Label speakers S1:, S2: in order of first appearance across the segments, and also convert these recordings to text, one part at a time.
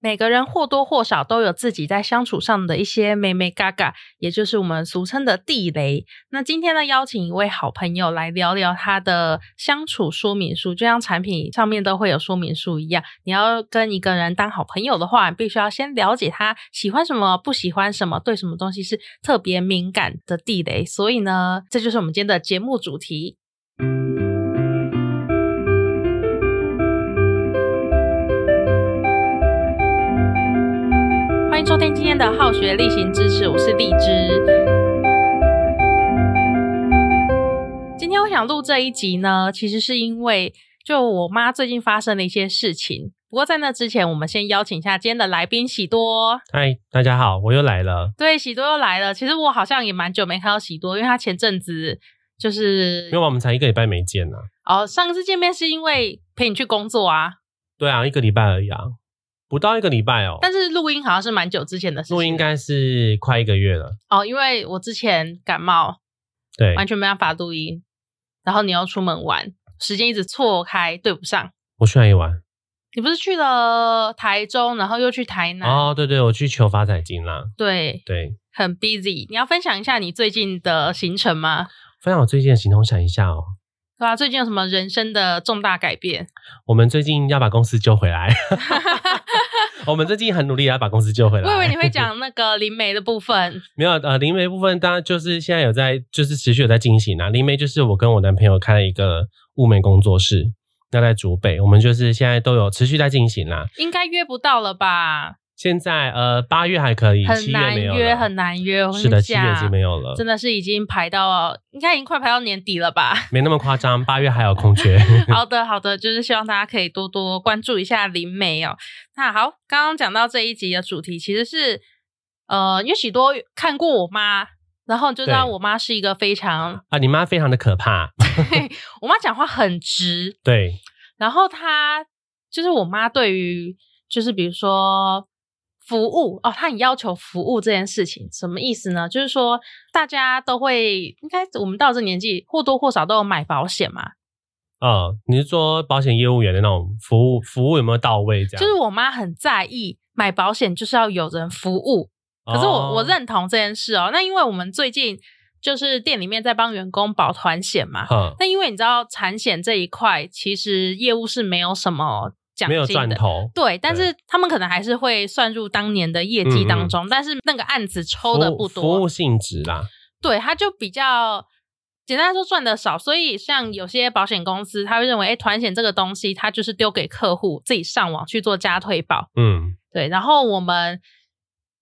S1: 每个人或多或少都有自己在相处上的一些妹妹嘎嘎，也就是我们俗称的地雷。那今天呢，邀请一位好朋友来聊聊他的相处说明书，就像产品上面都会有说明书一样，你要跟一个人当好朋友的话，你必须要先了解他喜欢什么、不喜欢什么，对什么东西是特别敏感的地雷。所以呢，这就是我们今天的节目主题。欢迎收听今天的好学例行支持，我是荔枝。今天我想录这一集呢，其实是因为就我妈最近发生了一些事情。不过在那之前，我们先邀请一下今天的来宾喜多。
S2: 嗨，大家好，我又来了。
S1: 对，喜多又来了。其实我好像也蛮久没看到喜多，因为他前阵子就是
S2: 因为我们才一个礼拜没见啊呢、
S1: 哦，上次见面是因为陪你去工作啊，
S2: 对啊，一个礼拜而已啊，不到一个礼拜哦。
S1: 但是录音好像是蛮久之前的事情。
S2: 录应该是快一个月了。
S1: 哦，因为我之前感冒，
S2: 对，
S1: 完全没办法录音，然后你要出门玩，时间一直错开，对不上。
S2: 我去哪里玩？
S1: 你不是去了台中，然后又去台南，
S2: 哦，对对，我去求发财经啦。
S1: 对，
S2: 对，
S1: 很 busy。你要分享一下你最近的行程吗？
S2: 分享我最近的行动想一下哦。
S1: 对啊，最近有什么人生的重大改变？
S2: 我们最近要把公司救回来， 我们最近很努力要把公司救回来。
S1: 我以为你会讲那个灵媒的部分，
S2: 没有呃，灵媒部分当然就是现在有在，就是持续有在进行啊。灵媒就是我跟我男朋友开了一个物美工作室，那在竹北，我们就是现在都有持续在进行啦。
S1: 应该约不到了吧？
S2: 现在呃八月还可以，
S1: 很
S2: 七月
S1: 难
S2: 没有
S1: 约，
S2: 了
S1: 很难约。我跟
S2: 是的，
S1: 你
S2: 七月已经
S1: 讲，
S2: 没有了，
S1: 真的是已经排到，应该已经快排到年底了吧？
S2: 没那么夸张，八月还有空 缺。
S1: 好的，好的，就是希望大家可以多多关注一下灵媒哦。那好，刚刚讲到这一集的主题其实是，呃，因为许多看过我妈，然后就知道
S2: 对
S1: 我妈是一个非常，
S2: 啊，你妈非常的可怕，
S1: 我妈讲话很直，
S2: 对，
S1: 然后她就是我妈对于就是比如说服务哦，她很要求服务这件事情，什么意思呢？就是说大家都会，应该我们到这年纪或多或少都有买保险嘛，
S2: 哦，你是说保险业务员的那种服务服务有没有到位？这样
S1: 就是我妈很在意买保险就是要有人服务，可是我、
S2: 哦
S1: 我认同这件事哦。那因为我们最近就是店里面在帮员工保团险嘛，
S2: 哼
S1: 那因为你知道产险这一块其实业务是没有什么奖
S2: 没有
S1: 金
S2: 赚
S1: 的。
S2: 头，
S1: 对，但是他们可能还是会算入当年的业绩当中，但是那个案子抽的
S2: 嗯服务
S1: 不
S2: 服务
S1: 多，
S2: 性质啦，
S1: 对，他就比较简单来说赚的少，所以像有些保险公司，他会认为，哎，团险这个东西，它就是丢给客户自己上网去做加退保，
S2: 嗯，
S1: 对，然后我们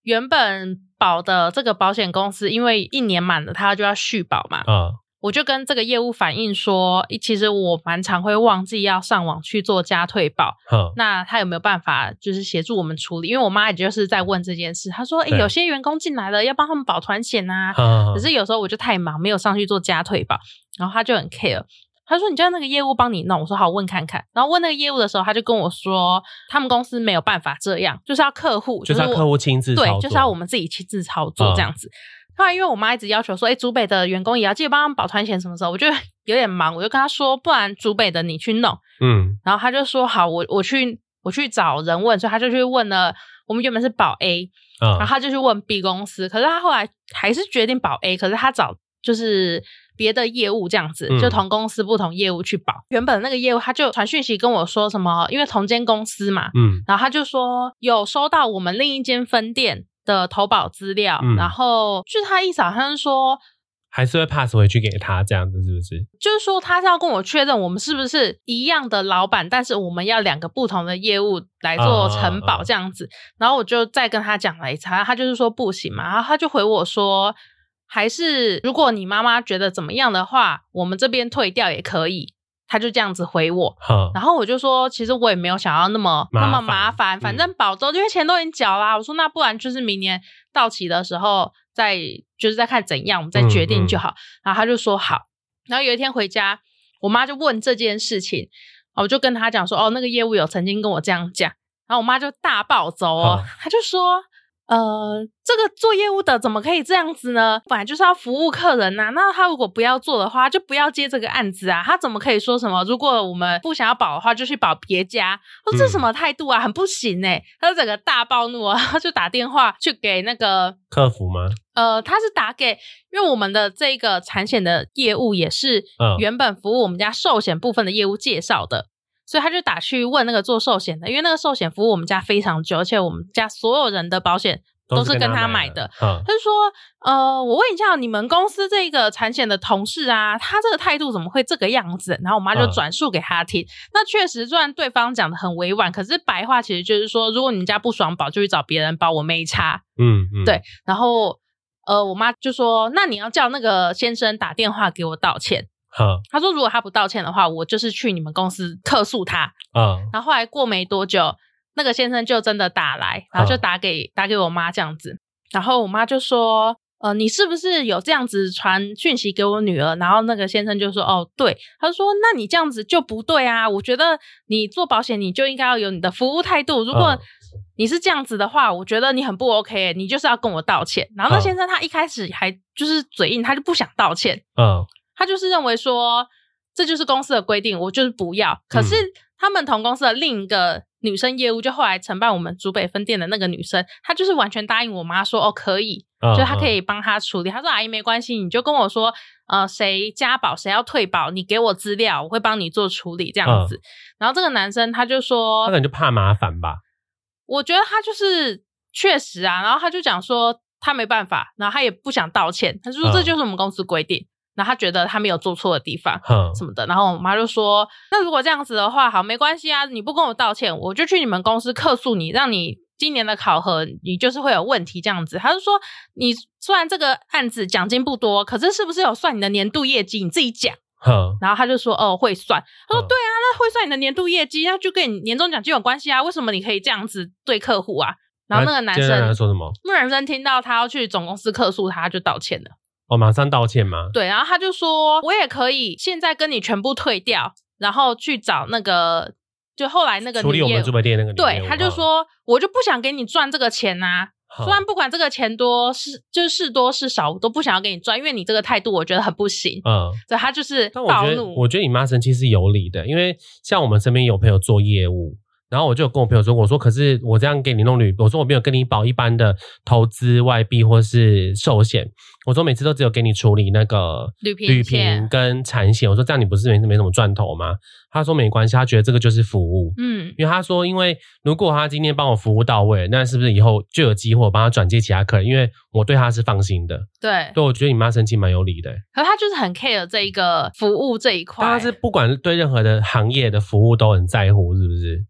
S1: 原本保的这个保险公司，因为一年满了，它就要续保嘛。
S2: 啊，
S1: 我就跟这个业务反映说，诶其实我蛮常会忘记要上网去做加退保。
S2: 哼，
S1: 那他有没有办法就是协助我们处理？因为我妈也就是在问这件事，她说：“诶，
S2: 对
S1: 有些员工进来了，要帮他们保团险啊。
S2: 啊
S1: 可是有时候我就太忙，没有上去做加退保，然后他就很 care。他说：“你叫那个业务帮你弄。”我说：“好，问看看。”然后问那个业务的时候，他就跟我说：“他们公司没有办法这样，就是要客户，
S2: 就是要
S1: 我
S2: 客户亲自
S1: 对
S2: 操，
S1: 就是
S2: 作嗯
S1: 要我们自己亲自操作这样子。后来因为我妈一直要求说：“哎、竹北的员工也要记得帮他们保团险什么时候？”我就 有点忙，我就跟他说：“不然竹北的你去弄。”
S2: 嗯
S1: 然后他就说：“好，我我去我去找人问。”所以他就去问了。我们原本是保 A，然
S2: 啊
S1: 后他就去问 B 公司，可是他后来还是决定保 A，可是他找就是别的业务这样子，
S2: 嗯
S1: 就同公司不同业务去保。原本那个业务他就传讯息跟我说什么，因为同间公司嘛，
S2: 嗯
S1: 然后他就说有收到我们另一间分店的投保资料，
S2: 嗯
S1: 然后据他意思好像是说。
S2: 还是会 pass 回去给他这样子是不是？
S1: 就是说，他是要跟我确认我们是不是一样的老板，但是我们要两个不同的业务来做承
S2: 啊啊
S1: 保
S2: 啊
S1: 这样子。然后我就再跟他讲了一次，他就是说不行嘛，然后他就回我说，还是如果你妈妈觉得怎么样的话，我们这边退掉也可以。他就这样子回我，
S2: 哼，
S1: 然后我就说，其实我也没有想要那么
S2: 麻
S1: 那
S2: 烦
S1: 么麻烦，
S2: 嗯
S1: 反正保周因为钱都已经缴啦。我说那不然就是明年到期的时候再就是再看怎样，我们再决定就好。然后他就说好。然后有一天回家，我妈就问这件事情，我就跟她讲说，哦，那个业务有曾经跟我这样讲，然后我妈就大暴走哦
S2: 好，
S1: 她就说。呃，这个做业务的怎么可以这样子呢？本来就是要服务客人呐、那他如果不要做的话，就不要接这个案子啊。他怎么可以说什么？如果我们不想要保的话，就去保别家？哦，这
S2: 嗯
S1: 什么态度啊？很不行哎、他整个大暴怒啊，他就打电话去给那个
S2: 客服吗？
S1: 呃，他是打给，因为我们的这个产险的业务也是
S2: 嗯
S1: 原本服务我们家寿险部分的业务介绍的，所以他就打去问那个做寿险的，因为那个寿险服务我们家非常久，而且我们家所有人的保险都是跟他买的。。
S2: 嗯
S1: 他就说：“呃，我问一下，你们公司这个产险的同事啊，他这个态度怎么会这个样子？”然后我妈就
S2: 嗯
S1: 转述给他听。那确实，虽然对方讲的很委婉，可是白话其实就是说，如果你们家不爽保，就去找别人保，我没差。
S2: 嗯嗯，
S1: 对，然后呃，我妈就说：“那你要叫那个先生打电话给我道歉。
S2: 好”
S1: 她说：“如果他不道歉的话，我就是去你们公司客诉他。
S2: 嗯”
S1: 然后后来过没多久，那个先生就真的打来，然后就
S2: 嗯
S1: 打给、打给我妈这样子。然后我妈就说：“呃，你是不是有这样子传讯息给我女儿？”然后那个先生就说：“哦，对。”他说：“那你这样子就不对啊！我觉得你做保险，你就应该要有你的服务态度。如果
S2: 嗯
S1: 你是这样子的话，我觉得你很不 OK，欸、你就是要跟我道歉。”然后那
S2: 嗯
S1: 先生他一开始还就是嘴硬，他就不想道歉，
S2: 嗯
S1: 他就是认为说这就是公司的规定，我就是不要。
S2: 嗯
S1: 可是他们同公司的另一个女生业务，就后来承办我们竹北分店的那个女生，她就是完全答应我妈说：“哦，可以。”
S2: 嗯，
S1: 就他可以帮他处理。他说：“阿姨没关系，你就跟我说，呃，谁加保谁要退保，你给我资料，我会帮你做处理这
S2: 嗯
S1: 样子。然后这个男生他就
S2: 他
S1: 说
S2: 可能就怕麻烦吧。：“
S1: 我觉得他就是确实啊。”然后他就讲说他没办法，然后他也不想道歉，他就说
S2: 嗯
S1: 这就是我们公司规定。然后他觉得他没有做错的地方。
S2: 哼，
S1: 什么的，然后我妈就说：“那如果这样子的话，好，没关系啊，你不跟我道歉，我就去你们公司客诉你，让你今年的考核你就是会有问题这样子。”她就说：“你虽然这个案子奖金不多，可是是不是有算你的年度业绩？你自己讲。”
S2: 哼，
S1: 然后他就说：“哦，会算。”他说：“
S2: 嗯
S1: 对啊，那会算你的年度业绩，那就跟你年终奖金有关系啊。为什么你可以这样子对客户啊？”然后那个男
S2: 接下来他
S1: 生，
S2: 说什么？
S1: 那个男生听到他要去总公司客诉他，他就道歉了。
S2: 哦，马上道歉吗？
S1: 对，然后他就说，我也可以现在跟你全部退掉，然后去找那个，就后来那个
S2: 处理
S1: 女
S2: 我
S1: 业
S2: 们
S1: 务
S2: 珠宝店那个女业
S1: 对
S2: 务，嗯
S1: 他就，说，我就不想给你赚这个钱呐、
S2: 哼
S1: 虽然不管这个钱多是就是是多是少，我都不想要给你赚，因为你这个态度我觉得很不行。
S2: 嗯，
S1: 所以他就是
S2: 但我
S1: 暴
S2: 觉得，
S1: 怒，
S2: 我觉得你妈生气是有理的，因为像我们身边有朋友做业务，然后我就有跟我朋友说，我说可是我这样给你弄旅，我说我没有跟你保一般的投资外币或是寿险，我说每次都只有给你处理那个
S1: 旅平
S2: 旅
S1: 险
S2: 平跟产险，我说这样你不是没没什么赚头吗？他说没关系，他觉得这个就是服务。
S1: 嗯，
S2: 因为他说，因为如果他今天帮我服务到位，那是不是以后就有机会我帮他转接其他客人？因为我对他是放心的。
S1: 对。
S2: 对，我觉得你妈生气蛮有理的、欸
S1: 可是他就是很 care 这一个服务这一块，
S2: 他是不管对任何的行业的服务都很在乎，是不是？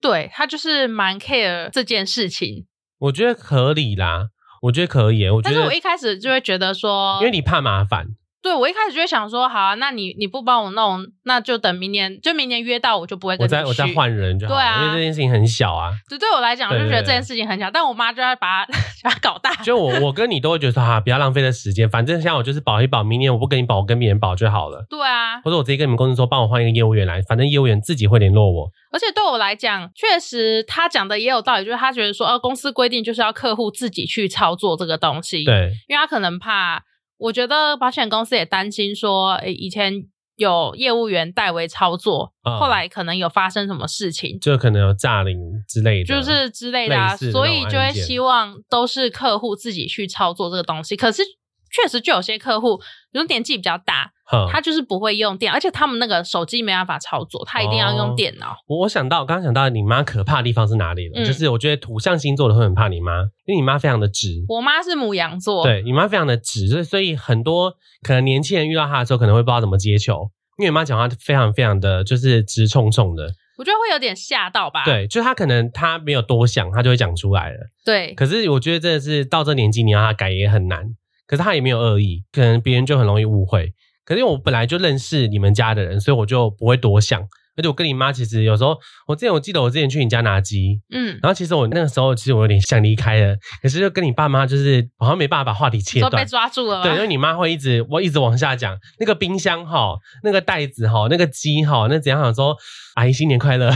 S1: 对他就是蛮 care 这件事情。
S2: 我觉得合理啦，我觉得可以、欸我觉
S1: 但
S2: 得，
S1: 是我一开始就会觉得说，
S2: 因为你怕麻烦，
S1: 对，我一开始就会想说，好啊，那你你不帮我弄，那就等明年，就明年约到我就不会跟
S2: 我
S1: 你
S2: 再我再
S1: 去。
S2: 换人就好了，
S1: 对啊
S2: 因为这件事情很 小啊。
S1: 对，对我来讲，我就
S2: 对
S1: 觉得
S2: 对
S1: 这件事情很小，但我妈就要把它 把它搞大。
S2: 就我我跟你都会觉得说，哈、不要浪费的时间，反正像我就是保一保，明年我不跟你保，我跟别人保就好了。
S1: 对啊，
S2: 或者我直接跟你们公司说，帮我换一个业务员来，反正业务员自己会联络我。
S1: 而且对我来讲，确实他讲的也有道理，就是他觉得说，呃，公司规定就是要客户自己去操作这个东西，，
S2: 对，
S1: 因为他可能怕，我觉得保险公司也担心说，诶以前有业务员代为操作，
S2: 嗯
S1: 后来可能有发生什么事情，
S2: 就可能有诈领之类的，
S1: 就是之类的、啊，
S2: 类似的
S1: 所
S2: 那
S1: 以
S2: 种
S1: 就会
S2: 案件
S1: 希望都是客户自己去操作这个东西。可是确实就有些客户，比如年纪比较大，
S2: 哼
S1: 他就是不会用电，而且他们那个手机没办法操作，他一定要用
S2: 哦
S1: 电脑。
S2: 我我想到，刚刚想到你妈可怕的地方是哪里了？
S1: 嗯
S2: 就是我觉得土象星座的会很怕你妈，因为你妈非常的直。
S1: 我妈是母羊座，
S2: 对，你妈非常的直，所以所以很多可能年轻人遇到她的时候，可能会不知道怎么接球，因为你妈讲话非常非常的就是直冲冲的。
S1: 我觉得会有点吓到吧。
S2: 对，就她可能她没有多想，她就会讲出来了。
S1: 对
S2: 可是我觉得真的是到这年纪，你要她改也很难。可是她也没有恶意，可能别人就很容易误会。可是因为我本来就认识你们家的人，所以我就不会多想。而且我跟你妈其实有时候，我之前我记得我之前去你家拿鸡，
S1: 嗯，
S2: 然后其实我那个时候其实我有点想离开了，可是就跟你爸妈就是好像没办法把话题切
S1: 说被
S2: 断。
S1: 抓住了
S2: 对，因
S1: 吗？
S2: 为你妈会一直我一直往下讲那个冰箱哈，那个袋子哈，那个鸡哈， 那怎样想说阿姨新年快乐，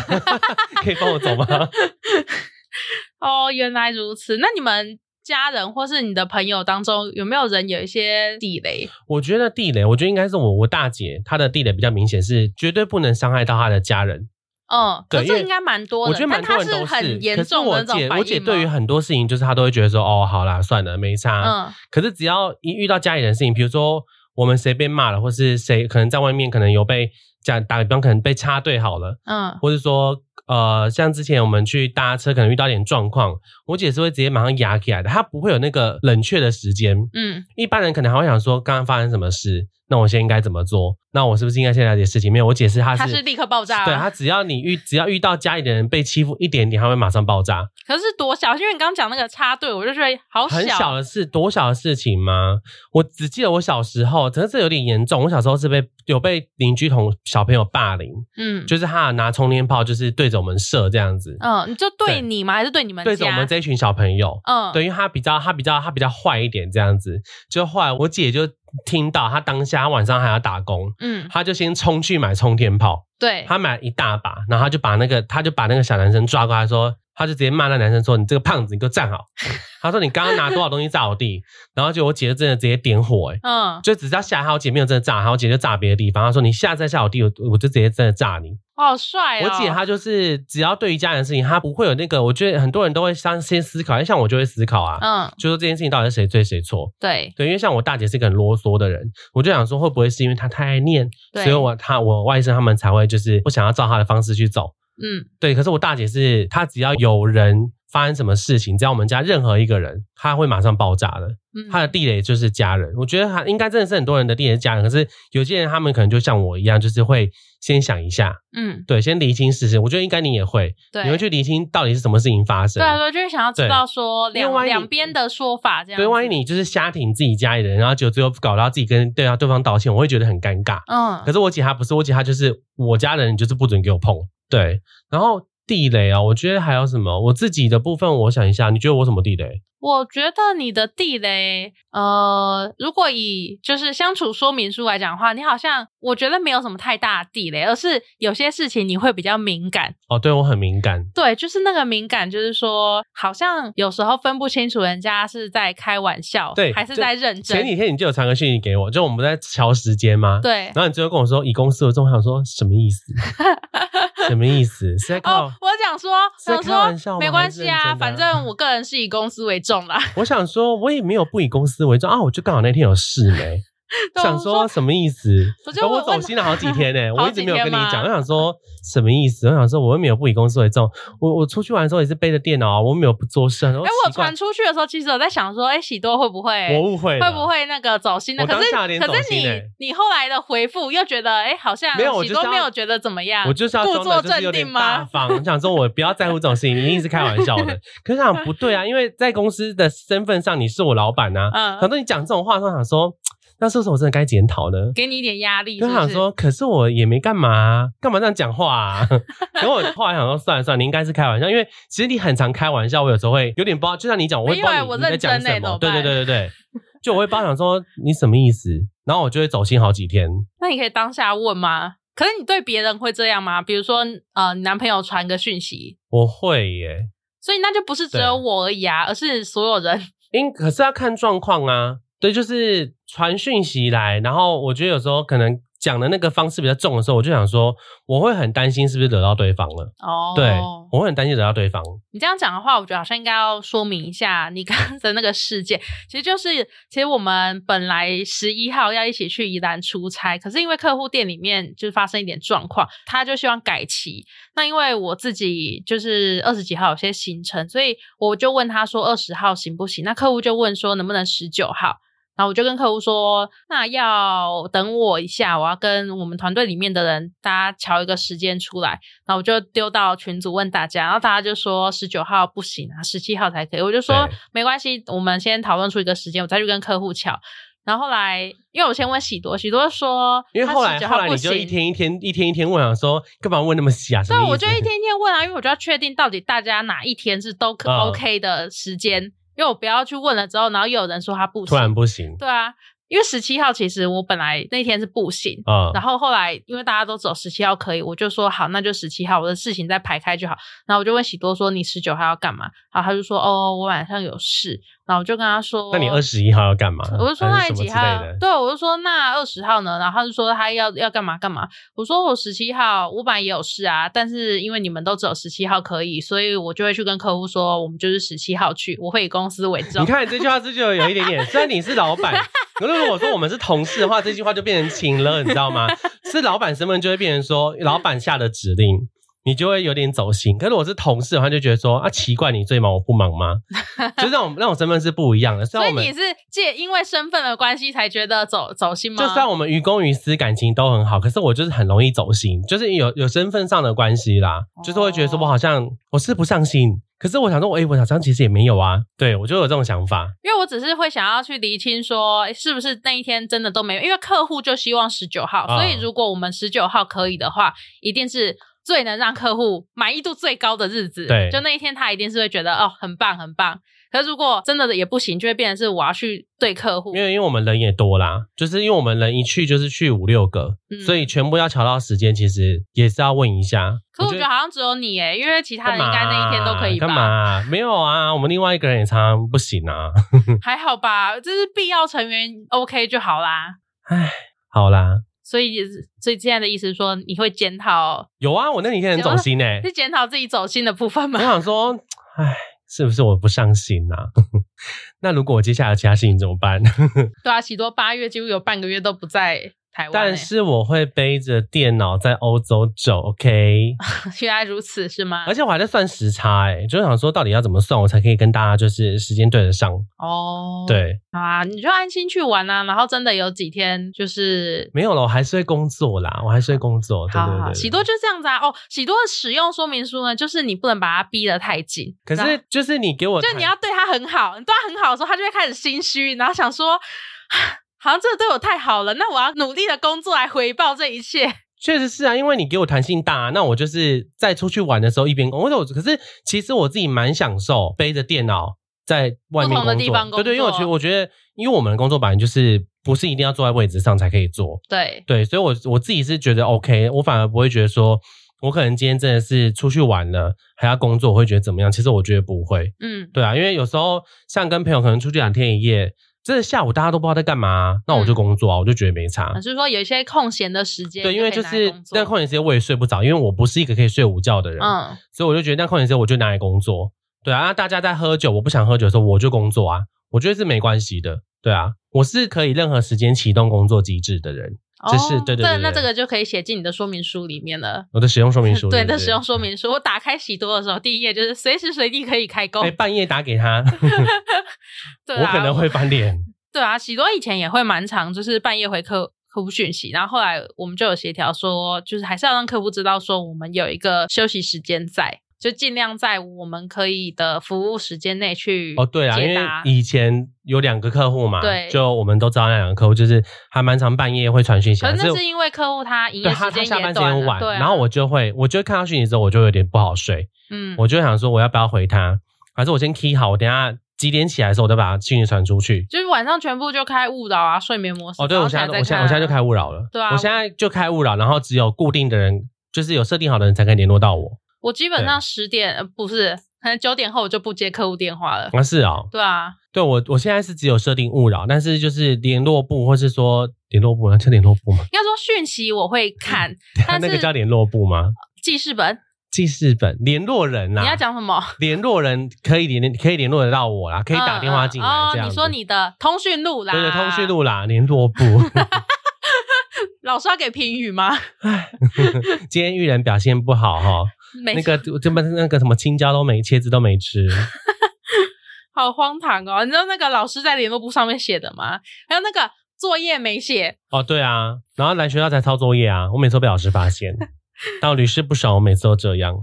S2: 可以帮我走吗？
S1: 哦，原来如此。那你们家人或是你的朋友当中，有没有人有一些地雷？
S2: 我觉得地雷，我觉得应该是我我大姐她的地雷比较明显，是绝对不能伤害到她的家人。
S1: 嗯，
S2: 对
S1: 可
S2: 因
S1: 这
S2: 为
S1: 应该蛮多
S2: 我
S1: 的，
S2: 觉得蛮
S1: 但
S2: 多
S1: 他
S2: 人都
S1: 很
S2: 可
S1: 严
S2: 是
S1: 重的
S2: 我
S1: 那种
S2: 姐
S1: 反应
S2: 我姐对于
S1: 吗
S2: 很多事情，就是她都会觉得说，哦，好啦，算了，没差。
S1: 嗯
S2: 可是只要一遇到家里人的事情，比如说我们谁被骂了，或是谁可能在外面可能有被讲打个比方，可能被插队好了，
S1: 嗯
S2: 或是说呃，像之前我们去搭车可能遇到点状况，我姐是会直接马上压起来的，她不会有那个冷却的时间。
S1: 嗯
S2: 一般人可能还会想说，刚刚发生什么事？那我现在应该怎么做？那我是不是应该先了解事情？没有，我解释她是
S1: 她是立刻爆炸啊
S2: 对她只要你遇只要遇到家里的人被欺负一点点，她会马上爆炸。
S1: 可是多小？因为你刚刚讲那个插队，我就觉得好哦
S2: 很小的事，多小的事情吗？我只记得我小时候，可是这有点严重。我小时候是被有被邻居同小朋友霸凌，
S1: 嗯，
S2: 就是他拿充电炮就是对着我们射这样子，
S1: 嗯，你就对
S2: 对
S1: 你吗？还是对你们家？
S2: 对着我们这一群小朋友。
S1: 嗯，
S2: 对，因为他比较他比较他比较坏一点这样子，就后来我姐就听到，她当下她晚上还要打工，
S1: 嗯，
S2: 她就先冲去买冲天炮，
S1: 对，
S2: 她买了一大把，然后她就把那个她就把那个小男生抓过来说，她就直接骂那男生说：“你这个胖子，你给我站好！”她说：“你刚刚拿多少东西炸我弟？”然后就我姐就真的直接点火、欸，
S1: 嗯，
S2: 就只是要吓她，我姐没有真的炸她，我姐就炸别的地方。她说：“你下次再吓我弟，我我就直接真的炸你。”
S1: 我好帅哦！
S2: 我姐她就是只要对于家人的事情，她不会有那个，我觉得很多人都会先先思考，像我就会思考啊，
S1: 嗯，
S2: 就说这件事情到底是谁对谁错。
S1: 对，
S2: 对，因为像我大姐是一个很啰嗦的人，我就想说会不会是因为她太爱念，
S1: 对
S2: 所以我她我外甥他们才会就是不想要照她的方式去走。
S1: 嗯，
S2: 对，可是我大姐是她只要有人发生什么事情，只要我们家任何一个人，她会马上爆炸的。
S1: 嗯，
S2: 她的地雷就是家人，我觉得她应该真的是很多人的地雷是家人，可是有些人他们可能就像我一样，就是会先想一下，
S1: 嗯，
S2: 对，先厘清事实。我觉得应该你也会，
S1: 对，
S2: 你会去厘清到底是什么事情发生。
S1: 对啊，对，就是想要知
S2: 对
S1: 道说
S2: 因为
S1: 两
S2: 万一你
S1: 两边的说法这样子。
S2: 对，万一你就是瞎挺自己家里人，然后就最后搞到自己跟对啊对方道歉，我会觉得很尴尬。
S1: 嗯
S2: 可，是我姐她不是，我姐她就是我家人，你就是不准给我碰。对，然后地雷啊，我觉得还有什么？我自己的部分，我想一下，你觉得我什么地雷？
S1: 我觉得你的地雷，呃，如果以就是相处说明书来讲的话，你好像我觉得没有什么太大的地雷，而是有些事情你会比较敏感，
S2: 哦，对我很敏感。
S1: 对，就是那个敏感，就是说，好像有时候分不清楚人家是在开玩笑，
S2: 对
S1: 还是
S2: 就
S1: 在认真
S2: 前。几天你就有传个讯息给我，就我们在瞧时间吗？。
S1: 对，
S2: 然后你最后跟我说以公司为重，我想说什么意思？ 什么意思？是在靠
S1: 哦，我讲说，
S2: 是在
S1: 想
S2: 开玩笑
S1: 说
S2: 吗
S1: 没关系
S2: 还是
S1: 啊，
S2: 认真的
S1: 反 正我个人是以公司为重啦。
S2: 我想说，我也没有不以公司为重啊，我就刚好那天有事 没、
S1: 对啊
S2: 想
S1: 我
S2: 说
S1: 说
S2: 什么意思？
S1: 我就
S2: 我
S1: 问
S2: 走心了好几天呢、
S1: 好
S2: 我一直
S1: 几
S2: 没有
S1: 天
S2: 跟你
S1: 吗
S2: 讲。我想说什么意思？我想说我又没有不以公司为重，我我出去玩的时候也是背着电脑啊，我没有不做事啊。哎
S1: 哎，我传出去的时候，其实我在想说，哎，喜多会不
S2: 我
S1: 会
S2: 误会了
S1: 会不？会那个走心呢？
S2: 我
S1: 可是
S2: 当下连
S1: 可
S2: 走
S1: 是
S2: 心
S1: 你
S2: 欸
S1: 你后来的回复又觉得，哎，好像
S2: 没有我
S1: 喜
S2: 就是
S1: 多
S2: 要
S1: 没有觉得怎么样，
S2: 我就是要
S1: 啊故
S2: 装
S1: 作
S2: 的就是有
S1: 镇
S2: 点
S1: 定
S2: 大
S1: 吗？
S2: 方，我想说我不要在乎这种事情，一定是开玩笑的。可是想不对啊，因为在公司的身份上你是我老板啊，很
S1: 嗯，
S2: 多你讲这种话的时候，想说那是不是我真的该检讨呢？
S1: 给你一点压力，
S2: 就是
S1: 不
S2: 想
S1: 是
S2: 说，可是我也没干嘛啊，干嘛这样讲话啊？ 然后我后来想说，算了算了，你应该是开玩笑，因为其实你很常开玩笑，我有时候会有点不知道，就像你讲，我会不知
S1: 没
S2: 道
S1: 有欸
S2: 你
S1: 我
S2: 你在
S1: 认
S2: 讲
S1: 真
S2: 什
S1: 欸怎
S2: 么
S1: 么。
S2: 对
S1: 办
S2: 对对对 对，就我会帮想说你什么意思，然后我就会走心好几天。
S1: 那你可以当下问吗？可是你对别人会这样吗？比如说，呃，你男朋友传个讯息，
S2: 我会耶，
S1: 所以那就不是只有我而已啊，而是所有人。
S2: 因可是要看状况啊。对，就是传讯息来，然后我觉得有时候可能讲的那个方式比较重的时候，我就想说，我会很担心是不是惹到对方了。
S1: 哦，
S2: 对，我会很担心惹到对方。
S1: 你这样讲的话，我觉得好像应该要说明一下你刚刚的那个事件。其实就是，其实我们本来十一号要一起去宜兰出差，可是因为客户店里面就是发生一点状况，他就希望改期。那因为我自己就是二十几号有些行程，所以我就问他说二十号行不行？那客户就问说能不能十九号？然后我就跟客户说，那要等我一下，我要跟我们团队里面的人大家瞧一个时间出来。然后我就丢到群组问大家，然后大家就说十九号不行啊，十七号才可以。我就说
S2: 对
S1: 没关系，我们先讨论出一个时间，我再去跟客户瞧。然后后来，因为我先问喜多，喜多说
S2: 因为后来
S1: 他19
S2: 后
S1: 号
S2: 来
S1: 不
S2: 你就一
S1: 行。
S2: 天一天一天一天问，想说干嘛问那么细啊？什
S1: 对，
S2: 么意思
S1: 我就一天一天问啊，因为我就要确定到底大家哪一天是都可、
S2: 嗯
S1: OK 的时间，因为我不要去问了之后，然后又有人说他不行，
S2: 突然不行，
S1: 对啊，因因为十七号其实我本来那天是不行，
S2: 啊
S1: 然后后来因为大家都走十七号可以，我就说好，那就十七号，我的事情再排开就好。然后我就问喜多说你十九号要干嘛？然后他就说哦，我晚上有事。然后我就跟他说，
S2: 那你二十一号要干嘛？
S1: 我就说
S2: 啊还
S1: 那
S2: 是什么
S1: 几
S2: 之
S1: 号
S2: 类的？
S1: 对，我就说那二十号呢？然后他就说他要要干嘛干嘛。我说我十七号我本来也有事啊，但是因为你们都只有十七号可以，所以我就会去跟客户说我们就是十七号去，我会以公司为
S2: 你
S1: 重。
S2: 看这句话，这就有一点点。虽然你是老板，可是如果说我们是同事的话，这句话就变成情了，你知道吗？是老板身份就会变成说，老板下的指令，你就会有点走心。可是我是同事的话，就觉得说啊，奇怪，你最忙，我不忙吗？ 就那种那种身份是不一样的。虽
S1: 所
S2: 然
S1: 以
S2: 我们
S1: 你是借因为身份的关系才觉得走走心吗？
S2: 就算我们于公于私感情都很好，可是我就是很容易走心，就是有有身份上的关系啦，
S1: 哦
S2: 就是会觉得说我好像我是不上心。可是我想说，哎、我好像其实也没有啊，对我就有这种想法。
S1: 因为我只是会想要去厘清说，诶是不是那一天真的都没有？因为客户就希望十九号，
S2: 啊
S1: 所以如果我们十九号可以的话，一定是最能让客户满意度最高的日子。
S2: 对
S1: 就那一天他一定是会觉得哦，很棒，很棒。可是如果真的也不行，就会变成是我要去对客户
S2: 因。为因为我们人也多啦，就是因为我们人一去就是去五六个，
S1: 嗯
S2: 所以全部要调到时间，其实也是要问一下。
S1: 可我觉得好像只有你诶，因为其他人
S2: 干
S1: 应
S2: 嘛
S1: 该那一天都可以
S2: 干
S1: 吧？
S2: 嘛？没有啊，我们另外一个人也常常不行啊。
S1: 还好吧，这是必要成员 OK 就好啦。
S2: 好啦，
S1: 所以，所以现在的意思是说，你会检讨，
S2: 有啊，我那几天很走心呢、欸
S1: 是检讨自己走心的部分吗
S2: 我？想说，哎，是不是我不上心啊？那如果我接下来其他事情怎么办？
S1: 对啊，喜多八月几乎有半个月都不在台湾、欸。
S2: 但是我会背着电脑在欧洲走，OK？
S1: 原来如此，是吗？
S2: 而且我还在算时差、欸，哎，就是想说到底要怎么算，我才可以跟大家就是时间对得上。
S1: 哦，，
S2: 对，
S1: 好啊，你就安心去玩啊。然后真的有几天就是。
S2: 没有了，我还是会工作啦，我还是会工作。对
S1: 好
S2: 对
S1: 好
S2: 对
S1: 好，
S2: 对
S1: 喜多就这样子啊。哦，喜多的使用说明书呢，就是你不能把它逼得太紧，
S2: 可
S1: 然后
S2: 是就是你给我看，
S1: 就你要对他很好，你对他很好的时候，他就会开始心虚，然后想说，啊好像这个对我太好了，那我要努力的工作来回报这一切。
S2: 确实是啊，因为你给我弹性大、啊那我就是在出去玩的时候一边工作。或者我可是其实我自己蛮享受背着电脑在外面
S1: 不
S2: 工
S1: 同
S2: 作，
S1: 的地方工作
S2: 对对，因为我觉得我觉得，因为我们的工作本来就是不是一定要坐在位置上才可以做，
S1: 对，
S2: 对，所以我我自己是觉得 OK，我反而不会觉得说。我可能今天真的是出去玩了，还要工作，我会觉得怎么样？其实我觉得不会，
S1: 嗯，
S2: 对啊，因为有时候像跟朋友可能出去两天一夜，真的下午大家都不知道在干嘛啊、那
S1: 嗯
S2: 我就工作啊，我就觉得没差。
S1: 就是说有一些空闲的时间，
S2: 对，因为
S1: 就
S2: 就
S1: 可以拿来
S2: 是
S1: 工作
S2: 那空闲时间我也睡不着，因为我不是一个可以睡午觉的人，
S1: 嗯，
S2: 所以我就觉得那空闲时间我就拿来工作。对啊，那大家在喝酒，我不想喝酒的时候我就工作啊，我觉得是没关系的。对啊，我是可以任何时间启动工作机制的人，只是
S1: 哦
S2: 对对对
S1: 这
S2: 对
S1: 那这个就可以写进你的说明书里面了。
S2: 我的使用 说明书
S1: 对
S2: 不
S1: 的使用说明书，我打开喜多的时候，第一页就是随时随地可以开工
S2: 哎、。半夜打给他，
S1: 对啊，
S2: 我可能会翻脸。
S1: 对啊，喜多以前也会蛮常就是半夜回客客户讯息，然后后来我们就有协调说，就是还是要让客户知道说我们有一个休息时间在，就尽量在我们可以的服务时间内去
S2: 哦，对啊，因
S1: 解
S2: 为
S1: 答。
S2: 以前有两个客户嘛，
S1: 对
S2: 就我们都知道那两个客户就是还蛮常半夜会传讯息
S1: 可
S2: 来，
S1: 是那
S2: 所以
S1: 是因为客户他营业
S2: 对他
S1: 时
S2: 他
S1: 间
S2: 下
S1: 也
S2: 班时
S1: 短
S2: 间
S1: 了，
S2: 晚，
S1: 对啊、
S2: 然后我就会我就会看到讯息之后，我就有点不好睡，
S1: 嗯，
S2: 我就想说我要不要回他，还是我先 key 好，我等一下几点起来的时候我再把讯息传出去。
S1: 就是晚上全部就开勿扰啊，睡眠模式。
S2: 哦，对，
S1: 早
S2: 我
S1: 上
S2: 现
S1: 起
S2: 在
S1: 来
S2: 我
S1: 再
S2: 现在
S1: 看
S2: 我
S1: 啊
S2: 现在就开勿扰了，
S1: 对啊
S2: 我现在就开勿扰，然后只有固定的人，就是有设定好的人才可以联络到我。
S1: 我基本
S2: 对
S1: 上十点呃不是，可能九点后我就不接客户电话了。
S2: 啊，是哦，
S1: 对啊，
S2: 对我我现在是只有设定勿扰，但是就是联络部或是说联络部，那叫联络部吗？
S1: 应该说讯息我会看，但
S2: 那个
S1: 是
S2: 叫联络部吗？
S1: 记事本
S2: 记事本联络人啦、
S1: 你要讲什么？
S2: 联络人可以联可以联络得到我啦，可以打电话进来、
S1: 嗯嗯哦，
S2: 这样
S1: 你
S2: 子。
S1: 说你的通讯录啦，
S2: 对对，通讯，录啦，联络部。
S1: 老师要给评语吗？
S2: 今天玉人表现不好哈、
S1: 没
S2: 那个这么那个什么青椒都没，茄子都没 吃。
S1: 好荒唐哦！你知道那个老师在联络簿上面写的吗？还有那个作业没写，
S2: 哦，对啊，然后来学校才抄作业啊，我每次都被老师 发现，但我屡试不爽，我每次都这样。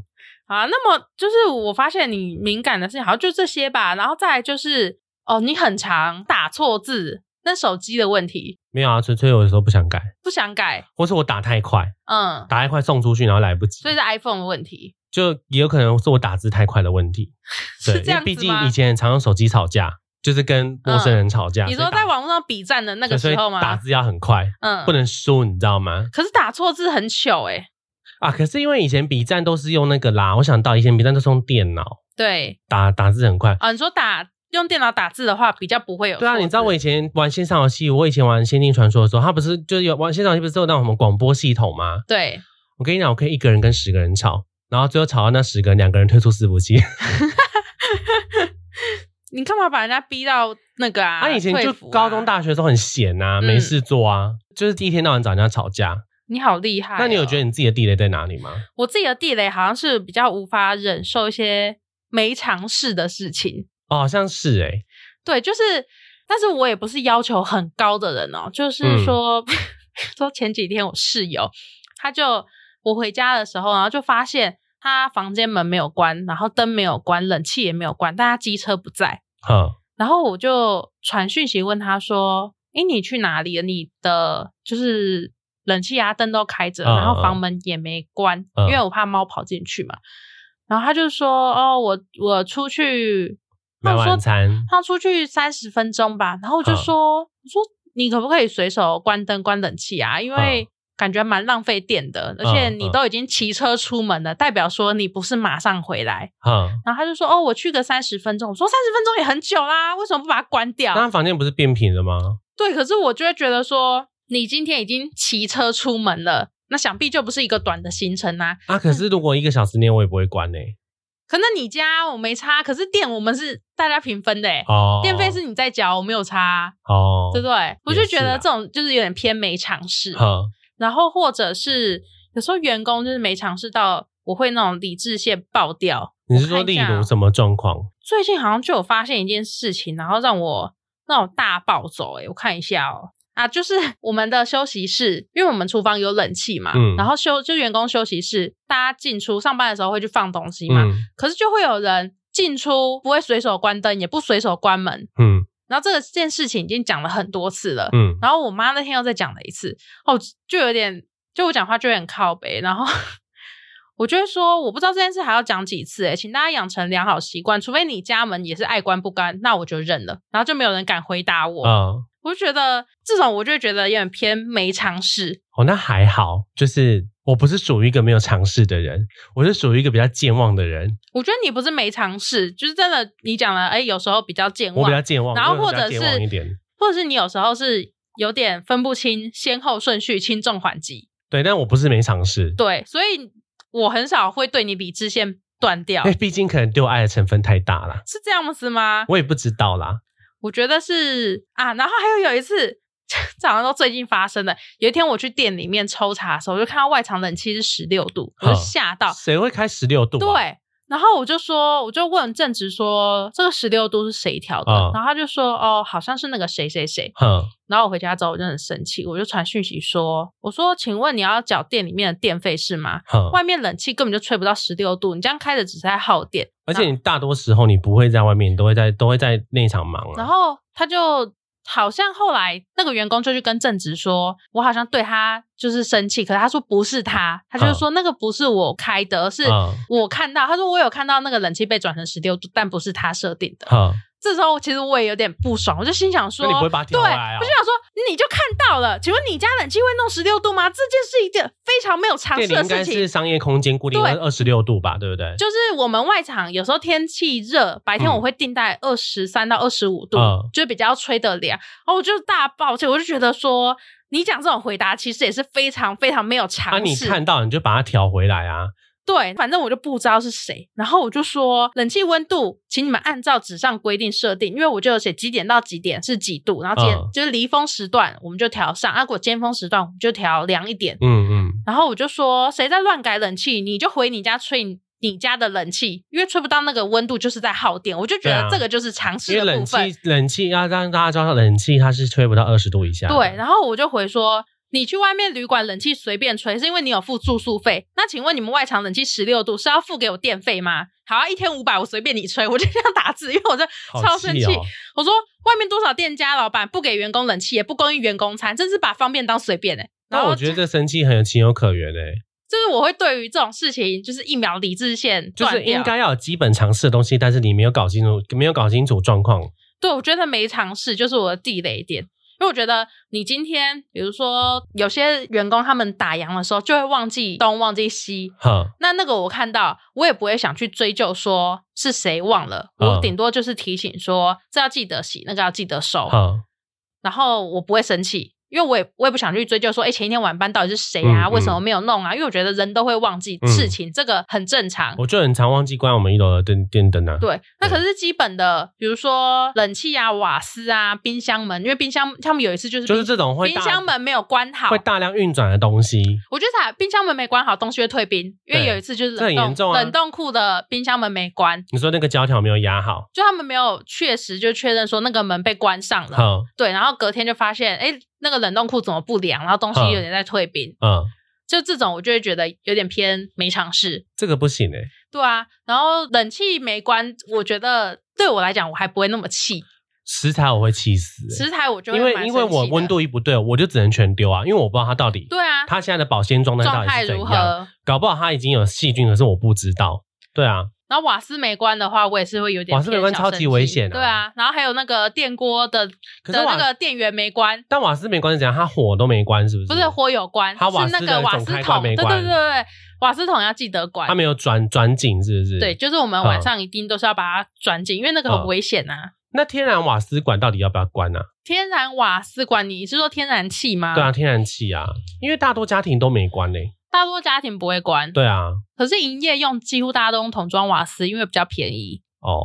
S1: 啊，那么就是我发现你敏感的事情，好像就这些吧。然后再来就是，哦，你很常打错字，那手机的问题
S2: 没有啊，纯粹有的时候不想改，
S1: 不想改，
S2: 或是我打太快，
S1: 嗯，
S2: 打太快送出去然后来不及
S1: 所，以是 iPhone 的问题，
S2: 就也有可能是我打字太快的问题。对，
S1: 是这
S2: 因
S1: 样
S2: 为
S1: 子
S2: 毕竟
S1: 吗嗯
S2: 以前很常用手机吵架，就是跟陌生人吵架。
S1: 你
S2: 所以
S1: 说
S2: 打
S1: 在网络上比战的那个
S2: 对所以
S1: 时候
S2: 打
S1: 吗？
S2: 字要很快，
S1: 嗯，
S2: 不。能输，你知道吗？
S1: 可是打错字很糗哎、
S2: 啊，可是因为以前比战都是用那个啦，我想到以前比战都是用电脑
S1: 对
S2: 打打字很快。
S1: 啊，你说打用电脑打字的话，比较不会有
S2: 对啊，
S1: 错
S2: 你知道
S1: 字
S2: 我以前玩线上游戏，我以前玩《仙境传说》的时候，它不是就是有玩线上游戏不是都有那种什么广播系统吗？
S1: 对，
S2: 我跟你讲，我可以一个人跟十个人吵，然后最后吵到那十个人两个人退出伺服器。
S1: 你干嘛把人家逼到那个 啊？
S2: 他、以前
S1: 退
S2: 就
S1: 服啊
S2: 高中、大学都很闲呐、
S1: 嗯
S2: 没事做啊，就是第一天到晚找人家吵架。
S1: 你好厉害哦、
S2: 那你有觉得你自己的地雷在哪里吗？
S1: 我自己的地雷好像是比较无法忍受一些没尝试的事情。
S2: 哦，好像是哎、
S1: 对，就是，但是我也不是要求很高的人哦，
S2: 嗯
S1: 就是说， 说前几天我室友，他就我回家的时候，然后就发现他房间门没有关，然后灯没有关，冷气也没有关，但他机车不在，
S2: 哈，
S1: 然后我就传讯息问他说：“诶，你去哪里了？你的就是冷气啊，灯都开着，
S2: 嗯
S1: 然后房门也没关，
S2: 嗯
S1: 因为我怕猫跑进去嘛。”然后他就说：“哦，我我出去，
S2: 买
S1: 他说
S2: 晚餐
S1: 他出去三十分钟吧。”然后
S2: 嗯
S1: 我就说：“我说你可不可以随手关灯、关冷气啊？因为
S2: 嗯
S1: 感觉蛮浪费电的，而且你都已经骑车出门了，代表说你不是马上回来。”
S2: 哈。
S1: 然后他就说：“哦，我去个三十分钟。”我说：“三十分钟也很久啦，为什么不把它关掉
S2: 那他房间不是变频了吗？？”
S1: 对，可是我就会觉得说，你今天已经骑车出门了，那想必就不是一个短的行程啊。
S2: 啊，可是如果一个小时内我也不会关呢、
S1: 可那你家我没差，可是电我们是大家平分的、欸，
S2: 哦，
S1: 电费是你在缴，我没有差啊，
S2: 哦，
S1: 对不对？我就觉
S2: 也是
S1: 得
S2: 啊
S1: 这种就是有点偏没尝试，
S2: 哈，
S1: 然后或者是有时候员工就是没尝试到，我会那种理智线爆掉。
S2: 你是说
S1: 我看一
S2: 例
S1: 下啊
S2: 如什么状况？
S1: 最近好像就有发现一件事情，然后让我让我大暴走、欸。我看一下哦、啊，就是我们的休息室，因为我们厨房有冷气嘛，
S2: 嗯
S1: 然后休就员工休息室，大家进出上班的时候会去放东西嘛，
S2: 嗯
S1: 可是就会有人进出不会随手关灯，也不随手关门。
S2: 嗯
S1: 然后这个这件事情已经讲了很多次了，
S2: 嗯，
S1: 然后我妈那天又再讲了一次，哦，就有点，就我讲话就有点靠北，然后 我就会说，我不知道这件事还要讲几次、欸，请大家养成良好习惯，除非你家门也是爱关不关，那我就认了，然后就没有人敢回答我，
S2: 啊，
S1: 我就觉得这种我就会觉得有点偏没尝试，
S2: 哦，那还好，就是我不是属于一个没有尝试的人，我是属于一个比较健忘的人，
S1: 我觉得你不是没尝试，就是真的你讲了，哎、有时候比较健
S2: 我
S1: 忘
S2: 比，较健忘，
S1: 然后
S2: 我比较
S1: 或者
S2: 健
S1: 是
S2: 忘一点。
S1: 或者是你有时候是有点分不清先后顺序，轻重缓急，
S2: 对，但我不是没尝试。
S1: 对，所以我很少会对你理智线断掉
S2: 因。为毕竟可能对我爱的成分太大了，
S1: 是这样子吗？
S2: 我也不知道啦。
S1: 我觉得是啊，然后还有有一次， 这好像都最近发生的。有一天我去店里面抽查的时候，我就看到外场冷气是十六度，我就吓到。
S2: 谁会开十六度、啊？
S1: 对，然后我就说，我就问正直说，这个十六度是谁调的？
S2: 嗯
S1: 然后他就说，哦，好像是那个谁谁谁。
S2: 哼，
S1: 然后我回家之后我就很生气，我就传讯息说，我说，请问你要缴店里面的电费是吗？
S2: 哼
S1: 外面冷气根本就吹不到十六度，你这样开着只是在耗电。
S2: 而且你大多时候你不会在外面，你都会在都会在内场忙
S1: 然
S2: 啊。
S1: 后他就好像后来那个员工就去跟正直说，我好像对他就是生气，可是他说不是他，他就说那个不是我开的，是
S2: 嗯
S1: 我看到。他说我有看到那个冷气被转成十六度，但不是他设定的。
S2: 哼，
S1: 这时候其实我也有点不爽，我就心想说，
S2: 嗯那你不会把它
S1: 对，
S2: 调回来啊
S1: 我就想说你就看到了，请问你家冷气会弄十六度吗？这件是一件非常没有常识
S2: 啊店里
S1: 的
S2: 应
S1: 事
S2: 该是
S1: 情。
S2: 商业空间固定
S1: 对
S2: 二十六度吧，对不对？
S1: 就是我们外场有时候天气热，白天
S2: 嗯
S1: 我会定在二十三到二十五度，
S2: 嗯
S1: 就比较吹得凉。哦，我就大抱歉，我就觉得说你讲这种回答其实也是非常非常没有常
S2: 啊，你
S1: 识。
S2: 看到你就把它调回来啊。
S1: 对，反正我就不知道是谁，然后我就说冷气温度，请你们按照纸上规定设定，因为我就有写几点到几点是几度，然后今天
S2: 嗯
S1: 就是离峰时段我们就调上，啊，如果尖峰时段我们就调凉一点。
S2: 嗯嗯，
S1: 然后我就说，谁在乱改冷气，你就回你家吹你你家的冷气，因为吹不到那个温度，就是在耗电。我就觉
S2: 对
S1: 得
S2: 啊
S1: 这个就是常识
S2: 因为
S1: 的
S2: 冷
S1: 部
S2: 气
S1: 分。
S2: 冷气要让大家知道，冷气它是吹不到二十度以下。
S1: 对，，然后我就回说，你去外面旅馆冷气随便吹，是因为你有付住宿费。那请问你们外场冷气十六度是要付给我电费吗？好、啊，一天五百，我随便你吹，我就这样打字，因为我这
S2: 好
S1: 超生气。
S2: 哦。
S1: 我说外面多少店家老板不给员工冷气，也不供应员工餐，真是把方便当随便哎、欸。然
S2: 那
S1: 后
S2: 我觉得这生气很有情有可原诶、欸
S1: 就是我会对于这种事情，就是一秒理智线
S2: 就
S1: 断
S2: 是
S1: 掉。
S2: 应该要有基本常识的东西，但是你没有搞清楚，没有搞清楚状况，
S1: 对，我觉得没尝试就是我的地雷点，因为我觉得你今天，比如说有些员工他们打烊的时候就会忘记东忘记西，
S2: 哈，
S1: 那那个我看到我也不会想去追究说是谁忘了，
S2: 嗯
S1: 我顶多就是提醒说这要记得洗，那个要记得收，
S2: 哈，
S1: 然后我不会生气。因为我也我也不想去追究说，哎、前一天晚班到底是谁啊？
S2: 嗯嗯
S1: 为什么没有弄啊？因为我觉得人都会忘记
S2: 嗯
S1: 事情，这个很正常。
S2: 我就很常忘记关我们一楼的电电灯啊。
S1: 对，那
S2: 对
S1: 可是基本的，比如说冷气啊、瓦斯啊、冰箱门，因为冰箱他们有一次就是
S2: 就是
S1: 冰
S2: 这种会
S1: 冰
S2: 大
S1: 箱门没有关好
S2: 会，大量运转的东西，
S1: 我觉得啊，冰箱门没关好，东西会退冰，因为
S2: 对
S1: 有一次就是
S2: 这很
S1: 冷
S2: 严
S1: 冻
S2: 重啊
S1: 冷冻库的冰箱门没关，
S2: 你说那个胶条没有压好，
S1: 就他们没有确实就确认说那个门被关上了，
S2: 哈，
S1: 对，然后隔天就发现，哎，那个冷冻库怎么不凉，然后东西
S2: 嗯
S1: 有点在退冰，
S2: 嗯，
S1: 就这种我就会觉得有点偏没尝试，
S2: 这个不行哎、
S1: 对啊，然后冷气没关，我觉得对我来讲我还不会那么气。
S2: 食材我会气死、欸，
S1: 食材我就会
S2: 因为
S1: 蛮
S2: 因为
S1: 生气
S2: 我
S1: 的
S2: 温度一不对，我就只能全丢啊，因为我不知道它到底
S1: 对啊，
S2: 它现在的保鲜状态到
S1: 状
S2: 底
S1: 态
S2: 是怎
S1: 如
S2: 样，
S1: 何？
S2: 搞不好它已经有细菌，可是我不知道。对啊，
S1: 然后瓦斯没关的话，我也是会有点
S2: 瓦斯没关
S1: 偏小生气
S2: 超级危险啊
S1: 对啊，然后还有那个电锅的的
S2: 可是瓦
S1: 那个电源没关，
S2: 但瓦斯没关系，怎样？它火都没关，是不是？
S1: 不是，火有关，
S2: 它瓦斯
S1: 是
S2: 的
S1: 那个瓦斯
S2: 总开
S1: 桶，
S2: 关
S1: 对
S2: 没
S1: 对
S2: 关
S1: 对对，瓦斯桶要记得
S2: 它
S1: 关。
S2: 没有转转紧，是不是？哦
S1: 对，。就是我们晚上一定都是要把它转紧，因为那个很危险啊。
S2: 那天然瓦斯管到底要不要关啊？
S1: 天然瓦斯管，你是说天然气吗？
S2: 对啊，，天然气啊，因为大多家庭都没关呢、欸
S1: 大多家庭不会关，
S2: 对啊，
S1: 可是营业用几乎大家都用桶装瓦斯，因为比较便宜。
S2: 哦，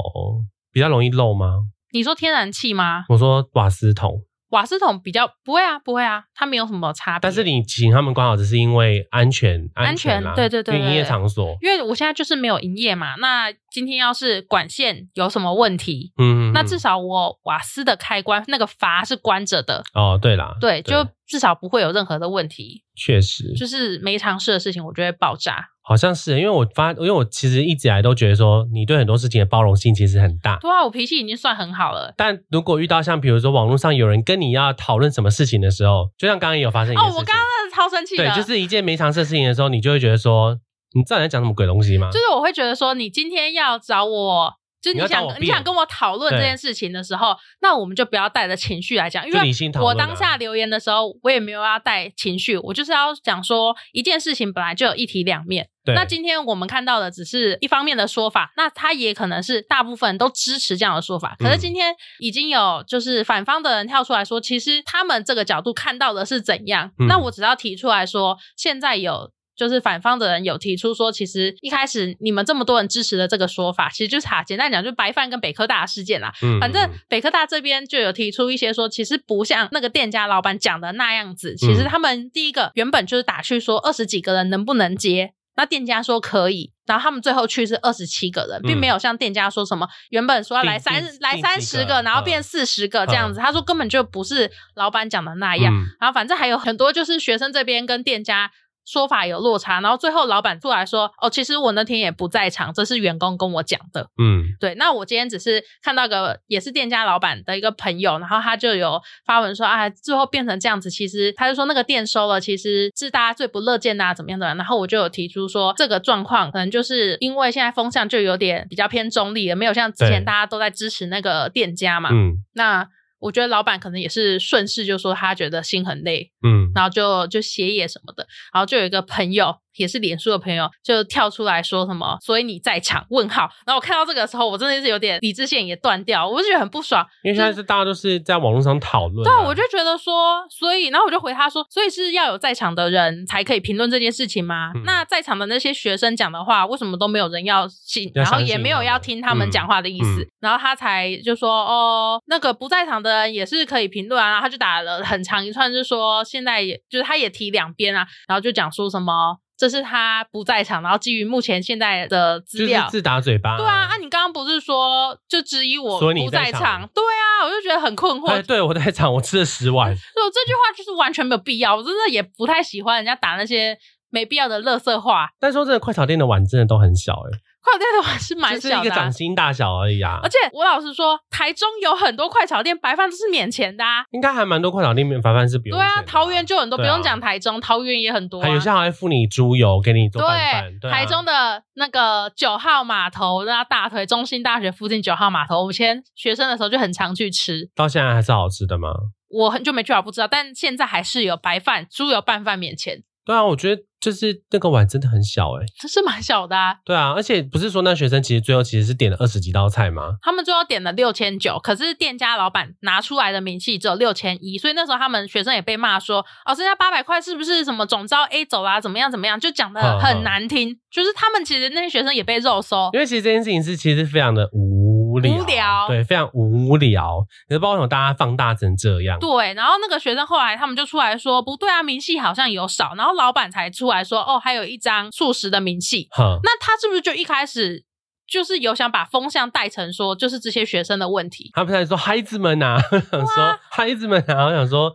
S2: 比较容易漏吗？
S1: 你说天然气吗？
S2: 我说瓦斯桶，
S1: 瓦斯桶比较不会啊，不会啊，它没有什么差别。
S2: 但是你请他们管好，只是因为安全，
S1: 安全
S2: 全啦，
S1: 对对对
S2: 因为营业
S1: 对
S2: 场所，
S1: 因为我现在就是没有营业嘛，那今天要是管线有什么问题，
S2: 嗯，嗯
S1: 那
S2: 嗯
S1: 至少我瓦斯的开关那个阀是关着的，
S2: 哦，对啦，
S1: 对，就至少不会有任何的问题。
S2: 确实，
S1: 就是没尝试的事情，我就会爆炸。
S2: 好像是，因为我发，因为我其实一直以来都觉得说，你对很多事情的包容性其实很大。
S1: 对啊，我脾气已经算很好了。
S2: 但如果遇到像比如说网络上有人跟你要讨论什么事情的时候，就像刚刚也有发生一
S1: 哦
S2: 件事，情，
S1: 我刚刚真的超生气的，
S2: 对，就是一件没常事的事情的时候，你就会觉得说，你知道你在讲什么鬼东西吗？
S1: 就是我会觉得说，你今天要找我。就是你
S2: 你要找
S1: 想
S2: 我
S1: 你
S2: 辩
S1: 想跟我讨论这
S2: 对
S1: 件事情的时候，那我们就不要带着情绪来讲，因
S2: 就
S1: 为
S2: 理性讨
S1: 我
S2: 论啊、
S1: 当下留言的时候，我也没有要带情绪，我就是要讲说一件事情本来就有一体两面。
S2: 对
S1: 那今天我们看到的只是一方面的说法，那他也可能是大部分都支持这样的说法。可是
S2: 嗯
S1: 今天已经有就是反方的人跳出来说，其实他们这个角度看到的是怎样。
S2: 嗯
S1: 那我只要提出来说，现在有。就是反方的人有提出说，其实一开始你们这么多人支持的这个说法，其实就是啊，简单讲，就是白饭跟北科大的事件啦。
S2: 嗯，嗯
S1: 反正
S2: 嗯
S1: 北科大这边就有提出一些说，其实不像那个店家老板讲的那样子，其
S2: 嗯
S1: 实他们第一个原本就是打去说二十几个人能不能接。那店家说可以，然后他们最后去是二十七个人，
S2: 嗯
S1: 并没有像店家说什么原本说要来
S2: 定
S1: 三
S2: 定
S1: 来
S2: 定
S1: 三
S2: 几
S1: 十
S2: 个
S1: 个，然后
S2: 嗯
S1: 变四十个这样子。他说根本就不是老板讲的那样。
S2: 嗯
S1: 然后反正还有很多就是学生这边跟店家说法有落差，然后最后老板出来说：“哦，其实我那天也不在场，这是员工跟我讲的。”
S2: 嗯
S1: 对，那我今天只是看到个也是店家老板的一个朋友，然后他就有发文说啊，最后变成这样子，其实他就说那个店收了，其实是大家最不乐见的、啊，怎么样的、然后我就有提出说，这个状况可能就是因为现在风向就有点比较偏中立了，没有像之前
S2: 对
S1: 大家都在支持那个店家嘛。
S2: 嗯
S1: 那我觉得老板可能也是顺势就说他觉得心很累，
S2: 嗯，
S1: 然后就就歇业什么的，然后就有一个朋友，也是脸书的朋友，就跳出来说什么，所以你在场？问号。然后我看到这个的时候，我真的是有点理智线也断掉，我就觉得很不爽。
S2: 因为现在是大家都是在网络上讨论、
S1: 对
S2: 啊，
S1: 啊，我就觉得说，所以，然后我就回他说，所以是要有在场的人才可以评论这件事情吗？
S2: 嗯
S1: 那在场的那些学生讲的话，为什么都没有人要信，
S2: 要
S1: 然后
S2: 相
S1: 也
S2: 信
S1: 没有
S2: 他
S1: 要
S2: 们
S1: 听他们
S2: 嗯
S1: 讲话的意思？
S2: 嗯
S1: 然后他才就说，哦，那个不在场的人也是可以评论啊。然后他就打了很长一串，就说现在也就是他也提两边啊，然后就讲说什么这是他不在场，然后基于目前现在的资
S2: 就是
S1: 料。
S2: 自打嘴巴，
S1: 对啊，啊，你刚刚不是说就质疑我
S2: 所以你
S1: 不
S2: 在
S1: 在
S2: 场
S1: 场？对啊，我就嗯觉得很困惑
S2: 哎，，对我在场，我吃了十碗，
S1: 所以我这句话就是完全没有必要，我真的也不太喜欢人家打那些没必要的垃圾话。
S2: 但说真的，快炒店的碗真的都很小哎、
S1: 快炒店的碗是蛮
S2: 就是一
S1: 小
S2: 个
S1: 的啊、
S2: 掌心大小而已啊
S1: 而。且我老实说，台中有很多快炒店白饭都是免钱的、啊。
S2: 应该还蛮多快炒店面凡凡是不用
S1: 对啊，
S2: 钱的
S1: 桃园就很多，不
S2: 对啊
S1: 用讲台中，桃园也很多、啊。
S2: 还有些好像付你猪油给你做拌饭，
S1: 对，
S2: 对啊，
S1: 台中的那个九号码头，那大腿中心大学附近九号码头，我以前学生的时候就很常去吃。
S2: 到现在还是好吃的吗？
S1: 我很久没去了，不知道，但现在还是有白饭、猪油拌饭免钱，
S2: 对啊，我觉得就是那个碗真的很小哎、
S1: 这是蛮小的、啊。
S2: 对啊，而且不是说那学生其实最后其实是点了二十几道菜吗？
S1: 他们最后点了六千九，可是店家老板拿出来的明细只有六千一，所以那时候他们学生也被骂说，哦，剩下八百块是不是什么总招 A 走啦、啊怎么样怎么样，就讲的
S2: 嗯嗯
S1: 很难听，就是他们其实那些学生也被肉搜，
S2: 因为其实这件事情是其实非常的无聊，
S1: 无聊
S2: 对，非常无聊。你不知道为什么大家放大成这样，
S1: 对，然后那个学生后来他们就出来说，不对啊，明细好像有少，然后老板才出来说，哦，还有一张素食的明细。
S2: 哼，
S1: 那他是不是就一开始就是有想把风向带成说，就是这些学生的问题？
S2: 他们在说孩子们呐、 我想说孩子们啊，我想说，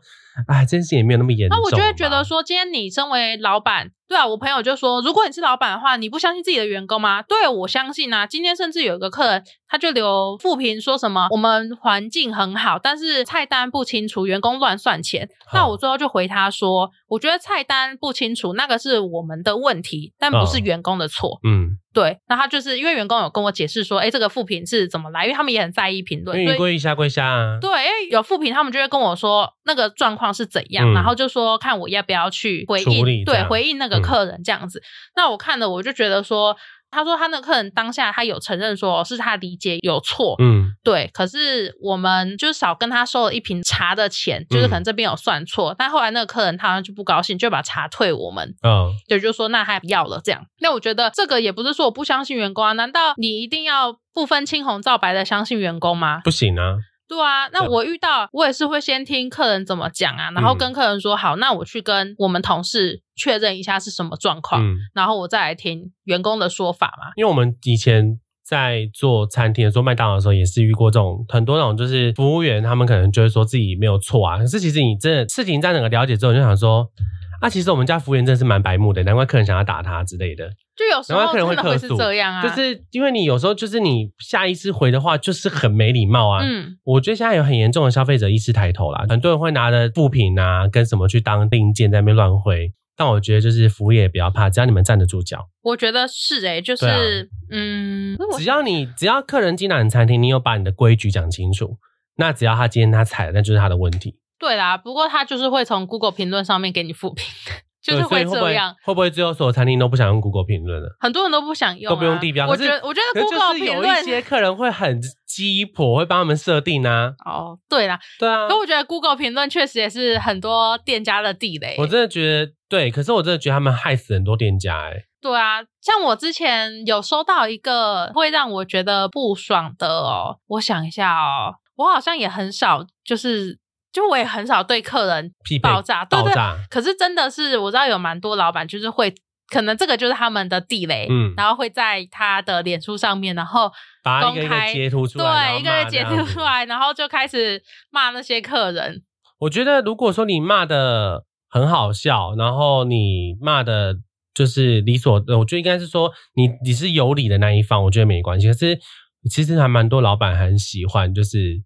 S2: 哎，这件事情也没有那么严重吧。
S1: 那我就会觉得说，今天你身为老板，对啊，我朋友就说，如果你是老板的话，你不相信自己的员工吗？对，我相信啊。今天甚至有一个客人，他就留负评说什么，我们环境很好，但是菜单不清楚，员工乱算钱。
S2: 好
S1: 那我最后就回他说，我觉得菜单不清楚，那个是我们的问题，但不是
S2: 嗯
S1: 员工的错。
S2: 嗯，
S1: 对，那他就是因为员工有跟我解释说，哎，这个负评是怎么来，因为他们也很在意评论，
S2: 因
S1: 所
S2: 为
S1: 以
S2: 你跪下跪下啊，
S1: 对，因为有副评，他们就会跟我说那个状况是怎样，
S2: 嗯
S1: 然后就说看我要不要去回
S2: 处理
S1: 应，
S2: 这
S1: 对，
S2: 样嗯
S1: 回应那个客人这样子。那我看了，我就觉得说，他说他那个客人当下他有承认说是他理解有错，
S2: 嗯，
S1: 对，可是我们就少跟他收了一瓶茶的钱，就是
S2: 嗯
S1: 可能这边有算错，但后来那个客人他好像就不高兴，就把茶退我们，
S2: 嗯，
S1: 对，就说那还不要了这样。那我觉得这个也不是说我不相信员工啊，难道你一定要不分青红皂白的相信员工吗？
S2: 不行啊，
S1: 对啊，那
S2: 对
S1: 我遇到我也是会先听客人怎么讲啊，然后
S2: 嗯
S1: 跟客人说、好，那我去跟我们同事确认一下是什么状况，
S2: 嗯，
S1: 然后我再来听员工的说法嘛。
S2: 因为我们以前在做餐厅、做麦当劳的时候，也是遇过这种很多那种，就是服务员他们可能就会说自己没有错啊，可是其实你真的事情在整个了解之后，你就想说。啊，其实我们家服务员真的是蛮白目的，难怪客人想要打他之类的，
S1: 就有时
S2: 然
S1: 候
S2: 后客
S1: 真
S2: 人会
S1: 的会是
S2: 客诉
S1: 这样啊，
S2: 就是因为你有时候就是你下意识回的话，就是很没礼貌啊。
S1: 嗯，
S2: 我觉得现在有很严重的消费者意识抬头啦，很多人会拿着副品啊跟什么去当令箭在那边乱挥，但我觉得就是服务业不要怕，只要你们站得住脚，
S1: 我觉得是诶、就是、
S2: 对啊
S1: 嗯，可是我
S2: 只要你只要客人进来你餐厅，你有把你的规矩讲清楚，那只要他今天他踩了，那就是他的问题，
S1: 对啦，不过他就是会从 Google 评论上面给你复评，就是
S2: 对所
S1: 会
S2: 以会不
S1: 这
S2: 会
S1: 样。
S2: 会不会最后所有餐厅都不想用 Google 评论了？
S1: 很多人都不想用、啊，
S2: 都不用地标
S1: 我
S2: 可
S1: 觉
S2: 是
S1: 得，我觉
S2: 可
S1: 得
S2: 是
S1: Google
S2: 就是
S1: 评
S2: 有一
S1: 论
S2: 些客人会很鸡婆，会帮他们设定啊，
S1: 哦，对啦，
S2: 对啊
S1: 可。我觉得 Google 评论确实也是很多店家的地雷。
S2: 我真的觉得对，可是我真的觉得他们害死很多店家哎、
S1: 对啊，像我之前有收到一个会让我觉得不爽的哦，我想一下哦，我好像也很少，就是就我也很少对客人
S2: 屁配
S1: 爆炸，对
S2: 爆
S1: 对。
S2: 炸，
S1: 可是真的是我知道有蛮多老板就是会，可能这个就是他们的地雷，
S2: 嗯
S1: 然后会在他的脸书上面，然后
S2: 把它一个一
S1: 公
S2: 个
S1: 开
S2: 截图出来，
S1: 对一个人截图出
S2: 来。
S1: 来，然后就开始骂那些客人，
S2: 我觉得如果说你骂的很好笑，然后你骂的就是理所，呃我觉得应该是说你你是有理的那一方，我觉得没关系。可是其实还蛮多老板很喜欢，就是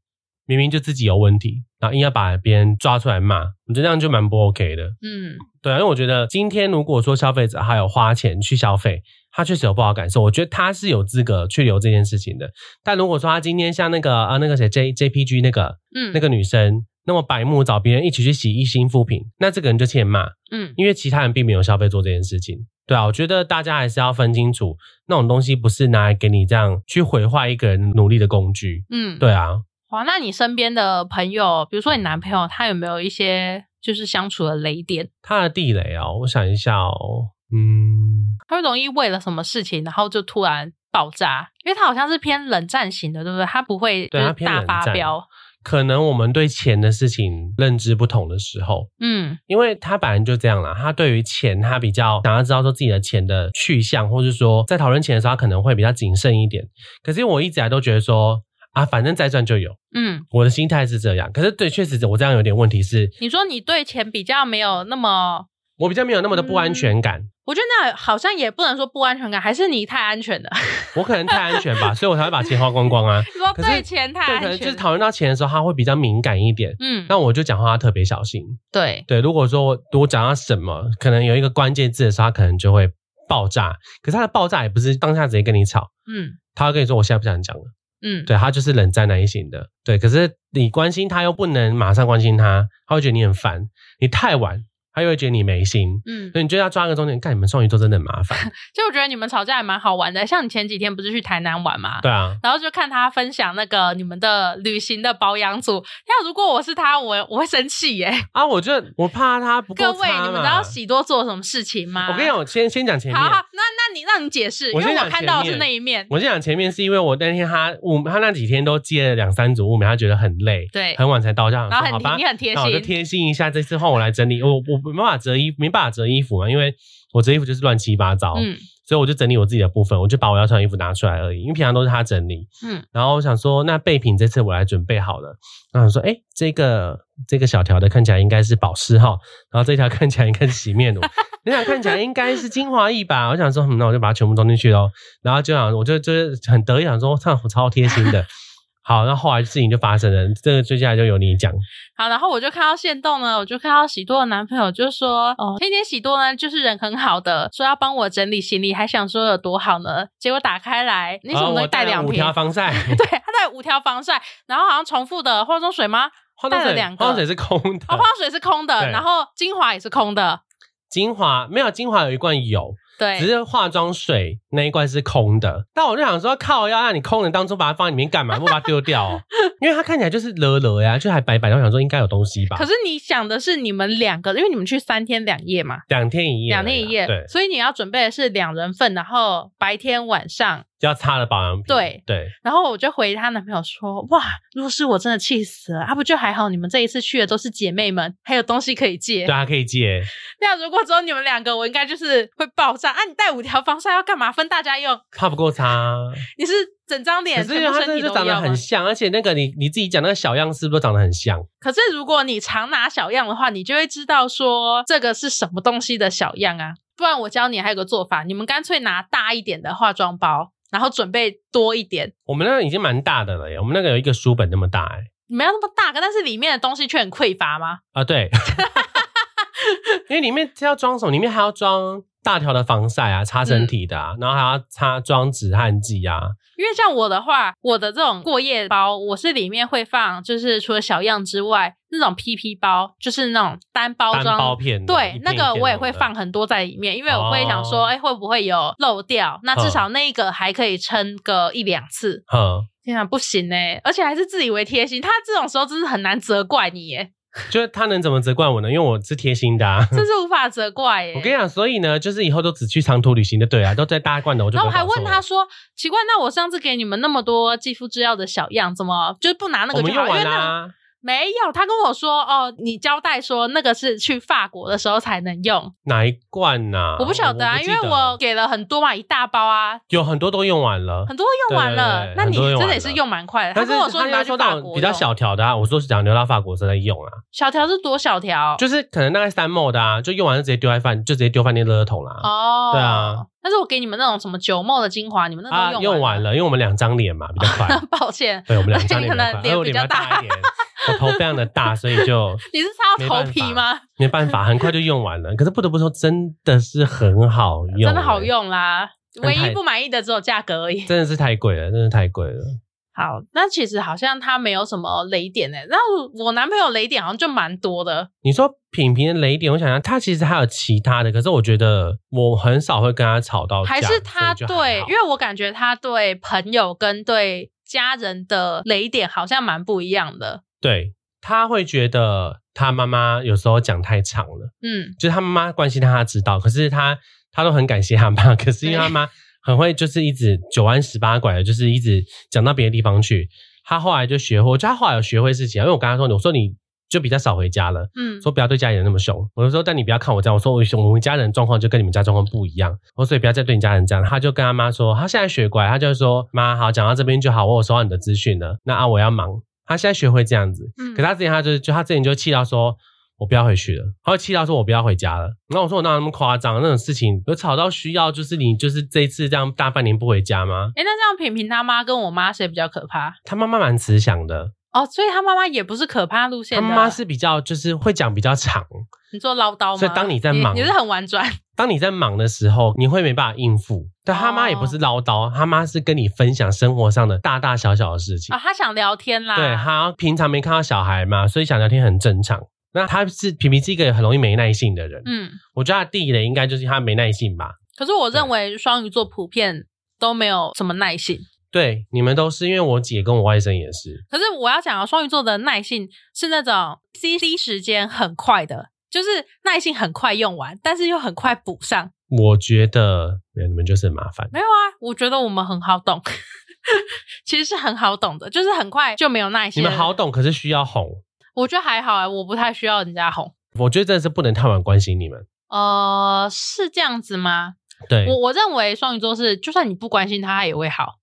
S2: 明明就自己有问题，然后硬要把别人抓出来骂，我觉得这样就蛮不 OK 的。
S1: 嗯，
S2: 对啊，因为我觉得今天如果说消费者还有花钱去消费，他确实有不好感受，我觉得他是有资格去留这件事情的。但如果说他今天像那个啊那个谁 J JPG 那个
S1: 嗯，
S2: 那个女生那么白目找别人一起去洗一星复评，那这个人就欠骂，
S1: 嗯，
S2: 因为其他人并没有消费做这件事情。对啊，我觉得大家还是要分清楚，那种东西不是拿来给你这样去毁坏一个人努力的工具。
S1: 嗯，
S2: 对啊，
S1: 哇，那你身边的朋友，比如说你男朋友，他有没有一些就是相处的雷点？
S2: 他的地雷哦，我想一下哦，嗯，
S1: 他会容易为了什么事情，然后就突然爆炸？因为他好像是偏冷战型的，对不对？他不会就
S2: 对他
S1: 是
S2: 偏
S1: 大
S2: 冷
S1: 发
S2: 战
S1: 飙。
S2: 可能我们对钱的事情认知不同的时候，
S1: 嗯
S2: 因为他本来就这样啦，他对于钱，他比较想要知道说自己的钱的去向，或是说在讨论钱的时候，他可能会比较谨慎一点。可是我一直来都觉得说啊，反正再赚就有，
S1: 嗯，
S2: 我的心态是这样。可是对，确实我这样有点问题是，
S1: 你说你对钱比较没有那么
S2: 我比较没有那么的不安全感。
S1: 我觉得那好像也不能说不安全感，还是你太安全了。
S2: 我可能太安全吧，所以我才会把钱花光光啊。
S1: 你说
S2: 可是
S1: 对钱 太
S2: 对，
S1: 安
S2: 可
S1: 全
S2: 能
S1: 了，
S2: 就是讨论到钱的时候，他会比较敏感一点。
S1: 嗯，
S2: 那我就讲话特别小心。
S1: 对，
S2: 对，如果说我我讲到什么，可能有一个关键字的时候，他可能就会爆炸。可是他的爆炸也不是当下直接跟你吵，
S1: 嗯
S2: 他会跟你说我现在不想讲了。
S1: 嗯，
S2: 对他就是冷战那一型的。对，可是你关心他又不能马上关心他，他会觉得你很烦。你太晚，他又会觉得你没心。
S1: 嗯，
S2: 所以你就要抓个中间，看你们双鱼座真的很 麻烦。
S1: 其实我觉得你们吵架也蛮好玩的，像你前几天不是去台南玩嘛，
S2: 对啊，
S1: 然后就看他分享那个你们的旅行的保养组。要如果我是他，我我会生气耶。
S2: 啊，我觉得我怕他不够
S1: 各位，
S2: 差
S1: 你们
S2: 嘛
S1: 知道喜多做什么事情吗？
S2: 我跟你讲，我先先讲前面
S1: 啊好，。好，那那你让你解释，因
S2: 我先
S1: 为我
S2: 讲
S1: 看
S2: 前
S1: 到的是
S2: 面
S1: 那一面。
S2: 我先讲前面是因为我那天他雾，他那几天都接了两三组雾面，他觉得很累，
S1: 对
S2: 很晚才到家，
S1: 然后
S2: 好吧
S1: 很你，很贴
S2: 那我就
S1: 心，
S2: 贴心一下，这次换我来整理，我我没办法折衣，没办法折衣服嘛，因为我折衣服就是乱七八糟，
S1: 嗯
S2: 所以我就整理我自己的部分，我就把我要穿的衣服拿出来而已，因为平常都是他整理。
S1: 嗯
S2: 然后我想说，那备品这次我来准备好了。然后我说，哎，这个这个小条的看起来应该是保湿哈，然后这条看起来应该是洗 面乳，那条看起来应该是精华液吧。我想说，嗯那我就把它全部装进去喽。然后就想，我就就是很得意，想说，这样我超贴心的。好，那后来事情就发生了，这个接下来就由你讲。
S1: 好，然后我就看到线动呢，我就看到喜多的男朋友就说，哦，天天喜多呢就是人很好的，说要帮我整理行李，还想说有多好呢，结果打开来，你怎
S2: 好
S1: 么
S2: 啊我
S1: 能带
S2: 了
S1: 两
S2: 五
S1: 瓶？
S2: 条防晒？
S1: 对，他带五条防晒，然后好像重复的化妆水吗？
S2: 化
S1: 带
S2: 妆
S1: 了
S2: 水，
S1: 两个
S2: 化妆水是空 的
S1: 哦，，化妆水是空的，
S2: 对
S1: 然后精华也是空的，
S2: 精华没有，精华有一罐有，
S1: 对，
S2: 只是化妆水那一罐是空的。但我就想说，靠，要让你空的当初把它放在里面干嘛？不把它丢 掉、哦？因为它看起来就是勒勒呀，就还白白的。我想说应该有东西吧
S1: 可。是你想的是你们两个，因为你们去三天两夜嘛，
S2: 两天一夜，啊
S1: 两天一夜，
S2: 对，
S1: 所以你要准备的是两人份，然后白天晚上。
S2: 就要擦了保养品。
S1: 对
S2: 对，
S1: 然后我就回她男朋友说：“哇，如果是我真的气死了，啊不就还好，你们这一次去的都是姐妹们，还有东西可以借
S2: 对，。啊它可以借。
S1: 那如果只有你们两个，我应该就是会爆炸。啊，你带五条防晒要干嘛？分大家用？
S2: 怕不 够擦，
S1: 你是整张
S2: 可
S1: 脸、
S2: 是
S1: 全部
S2: 它
S1: 身
S2: 真
S1: 体
S2: 的
S1: 都
S2: 就
S1: 啊
S2: 长得
S1: 要吗
S2: 很？像，而且那个你你自己讲那个小样是不是都长得很像？
S1: 可是如果你常拿小样的话，你就会知道说这个是什么东西的小样啊。不然我教你还有个做法，你们干脆拿大一点的化妆包，然后准备多一点。
S2: 我们那个已经蛮大的了耶，我们那个有一个书本那么大哎。
S1: 你们要那么大个，但是里面的东西却很匮乏吗？
S2: 啊，对， 因为里面要装什么？里面还要装大条的防晒啊，擦身体的啊，然后还要擦装止汗剂啊。
S1: 因为像我的话，我的这种过夜包，我是里面会放，就是除了小样之外，那种 PP 包，就是那种单包
S2: 单
S1: 装
S2: 包片的
S1: 对
S2: 一，
S1: 那
S2: 片一
S1: 个
S2: 片
S1: 我也
S2: 的
S1: 会 放很多在里面，因为我会想说，
S2: 哦
S1: 哎、会不会有漏掉？那至
S2: 嗯
S1: 少那一个还可以撑个一两次。
S2: 嗯，
S1: 天啊，不行呢、而且还是自以为贴心，他这种时候真是很难责怪你耶，
S2: 就是他能怎么责怪我呢？因为我是贴心 的、啊。
S1: 真是无法责怪耶。
S2: 我跟你讲，所以呢，就是以后都只去长途旅行的，对啊，都在大罐头，我就
S1: 然
S2: 不
S1: 后
S2: 会
S1: 我还
S2: 跑错
S1: 问他
S2: 了。
S1: 说：“奇怪，那我上次给你们那么多肌肤之钥的小样，怎么就是不拿那个
S2: 我
S1: 就
S2: 们
S1: 好？
S2: 用
S1: 因为
S2: 完
S1: 那个
S2: 啦、
S1: 没有，他跟我说哦，你交代说那个是去法国的时候才能用，
S2: 哪一罐呐、
S1: 我不晓得啊，
S2: 啊记
S1: 因为我给了很多嘛，一大包啊，
S2: 有很多都用完了。
S1: 很多用完了，
S2: 对对对
S1: 那你
S2: 很多用完
S1: 真
S2: 了
S1: 的也是用蛮快的。
S2: 但是
S1: 跟我说
S2: 他
S1: 你要
S2: 刚
S1: 去
S2: 说
S1: 法
S2: 到
S1: 国用，
S2: 比较小条的啊，我说是讲留到法国时候再用啊，
S1: 小条是多小条？
S2: 就是可能大概三毛的啊，就用完就直接丢在饭，就直接丢饭店垃圾桶啦。
S1: 哦，
S2: 对啊。
S1: 但是我给你们那种什么九梦的精华，你们那
S2: 啊，
S1: 都
S2: 用
S1: 完
S2: 完。了，因为我们两张脸嘛比较快，
S1: 抱歉，
S2: 对，我们两张
S1: 而且你
S2: 脸
S1: 可能
S2: 比较快，
S1: 脸
S2: 因为我
S1: 比
S2: 脸
S1: 较
S2: 较
S1: 大
S2: 大一点，我头非常的大，所以就
S1: 你是擦到头皮吗？
S2: 没办法，很快就用完了。可是不得不说，真的是很好用，
S1: 真的好，用啦，
S2: 但
S1: 唯
S2: 太
S1: 一不满意的只有价格而已。
S2: 真的是太贵了，真的太贵了。
S1: 好，那其实好像他没有什么雷点诶、那我男朋友雷点好像就蛮多的，
S2: 你说品评的雷点，我想想，他其实还有其他的，可是我觉得我很少会跟他吵到架，
S1: 还是他
S2: 哦所以就
S1: 对，
S2: 还好
S1: 因为我感觉他对朋友跟对家人的雷点好像蛮不一样的。
S2: 对他会觉得他妈妈有时候讲太长了。
S1: 嗯，
S2: 就是他妈妈关心他，他知道，可是他他都很感谢他妈， 可是因为他妈很会，就是一直九弯十八拐的，就是一直讲到别的地方去。他后来就学会，我觉得他后来有学会事情，因为我跟他说，我说你就比较少回家了。
S1: 嗯，
S2: 说不要对家里人那么凶，我就说，但你不要看我这样，我说我我们家人状况就跟你们家状况不一样，我说所以不要再对你家人这样。他就跟他妈说，他现在学乖，他就说妈好，讲到这边就好，我有收到你的资讯了，那啊我要忙。他现在学会这样子，
S1: 嗯
S2: 可他之前他就就他之前就气到说，我不要回去了。他会气到说我不要回家了。然后我说我哪有那么夸张？那种事情有吵到需要就是你就是这一次这样大半年不回家吗？
S1: 哎，那这样平平他妈跟我妈谁比较可怕？
S2: 他妈妈蛮慈祥的，
S1: 哦，所以他妈妈也不是可怕路线
S2: 他
S1: 的。
S2: 妈妈是比较就是会讲比较长。
S1: 你做唠叨吗？
S2: 所以当你在忙
S1: 你是很婉转。
S2: 当你在忙的时候，你会没办法应付。但他妈也不是唠
S1: 哦
S2: 叨，他妈是跟你分享生活上的大大小小的事情。
S1: 啊，他想聊天啦。
S2: 对他平常没看到小孩嘛，所以想聊天很正常。那他是皮皮是一个很容易没耐性的人，
S1: 嗯，
S2: 我觉得他第一点应该就是他没耐性吧。
S1: 可是我认为双鱼座普遍都没有什么耐性。
S2: 对，你们都是因为我姐跟我外甥也是，
S1: 可是我要讲啊，双鱼座的耐性是那种 C C 时间很快的，就是耐性很快用完，但是又很快补上。
S2: 我觉得没有你们就是很麻烦。
S1: 没有啊，我觉得我们很好懂， 其实是很好懂的，就是很快就没有耐
S2: 你
S1: 心。
S2: 们好，懂，可是需要哄。
S1: 我觉得还好啊，我不太需要人家哄。
S2: 我觉得真的是不能太晚关心你们。
S1: 呃，是这样子吗？
S2: 对，
S1: 我我认为双鱼座是，就算你不关心他，他也会好。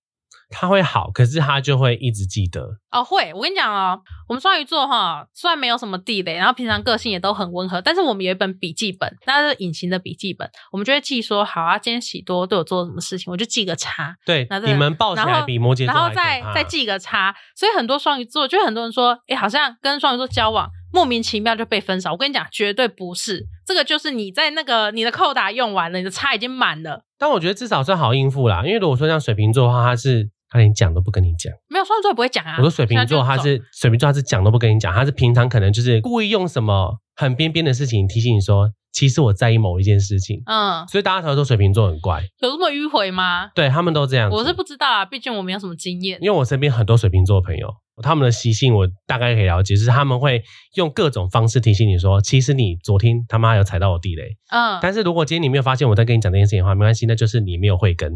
S2: 他会好，可是他就会一直记得。
S1: 哦，会，我跟你讲哦，我们双鱼座哈，虽然没有什么地雷，然后平常个性也都很温和，但是我们有一本笔记本，那是隐形的笔记本，我们就会记说，好啊，今天喜多对我做了什么事情，我就记个叉，
S2: 对
S1: 那，对
S2: 你们抱起
S1: 然
S2: 来
S1: 后
S2: 比摩羯座
S1: 然
S2: 还
S1: 后
S2: 可
S1: 再
S2: 怕
S1: 再记个叉，所以很多双鱼座，就很多人说，诶，好像跟双鱼座交往，莫名其妙就被分手。我跟你讲，绝对不是，这个就是你在那个你的扣打用完了，你的叉已经满了。
S2: 但我觉得至少算好应付啦，因为如果说像水瓶座的话，他是他连讲都不跟你讲。
S1: 没有双鱼座也不会讲啊。
S2: 我说水瓶
S1: 现在就
S2: 座他
S1: 走
S2: 是水瓶座，他是讲都不跟你讲，他是平常可能就是故意用什么很边边的事情提醒你说，其实我在意某一件事情，
S1: 嗯，
S2: 所以大家才会说水瓶座很乖。
S1: 有这么迂回吗？
S2: 对他们都这样子。
S1: 我是不知道啊，毕竟我没有什么经验。
S2: 因为我身边很多水瓶座的朋友，他们的习性我大概可以了解，就是他们会用各种方式提醒你说，其实你昨天他妈有踩到我地雷。
S1: 嗯，
S2: 但是如果今天你没有发现我在跟你讲这件事情的话，没关系，那就是你没有慧 根。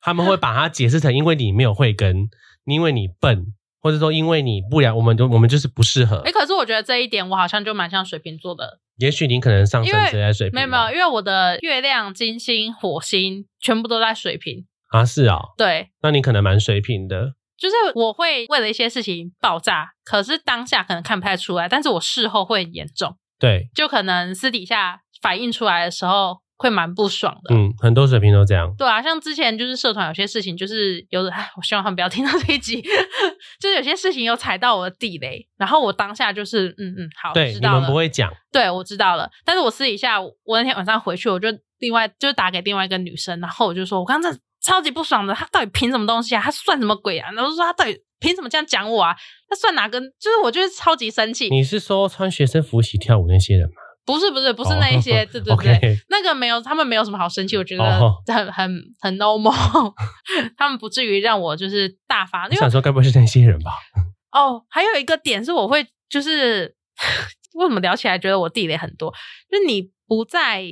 S2: 他们会把它解释成因为你没有慧根，因为你笨，或者说因为你不然，我们就我们就是不适合
S1: 哎、。可是我觉得这一点我好像就蛮像水瓶座的，
S2: 也许你可能上升
S1: 因为
S2: 直接在水瓶啊
S1: 没
S2: 吧，
S1: 有没有，因为我的月亮、金星、火星全部都在水瓶，
S2: 啊，是啊、
S1: 对，
S2: 那你可能蛮水平的。
S1: 就是我会为了一些事情爆炸，可是当下可能看不太出来，但是我事后会很严重，
S2: 对，
S1: 就可能私底下反映出来的时候会蛮不爽的。
S2: 嗯，很多水平都这样。
S1: 对啊，像之前就是社团有些事情，就是有的，哎，我希望他们不要听到这一集。 就是有些事情有踩到我的地雷，然后我当下就是，嗯嗯，好，
S2: 对，
S1: 知
S2: 你
S1: 道
S2: 们
S1: 了
S2: 不。会讲，
S1: 对，我知道了。但是我私底下，我那天晚上回去，我就另外就打给另外一个女生，然后我就说，我刚刚真的超级不爽的，她到底凭什么东西啊？她算什么鬼啊？然后就说她到底凭什么这样讲我啊？她算哪根？就是我就是超级生气。
S2: 你是说穿学生服一起跳舞那些人吗？
S1: 不是不是不是那一些， 对对对
S2: 哦 OK，
S1: 那个没有，他们没有什么好生气，我觉得
S2: 哦
S1: 很、很很 normal，他 们不至于让我就是大发，
S2: 我
S1: 因为
S2: 想说该不会是那些人 吧？
S1: 哦，还有一个点是我会就是 为什么聊起来觉得我地雷很多，就是你不在，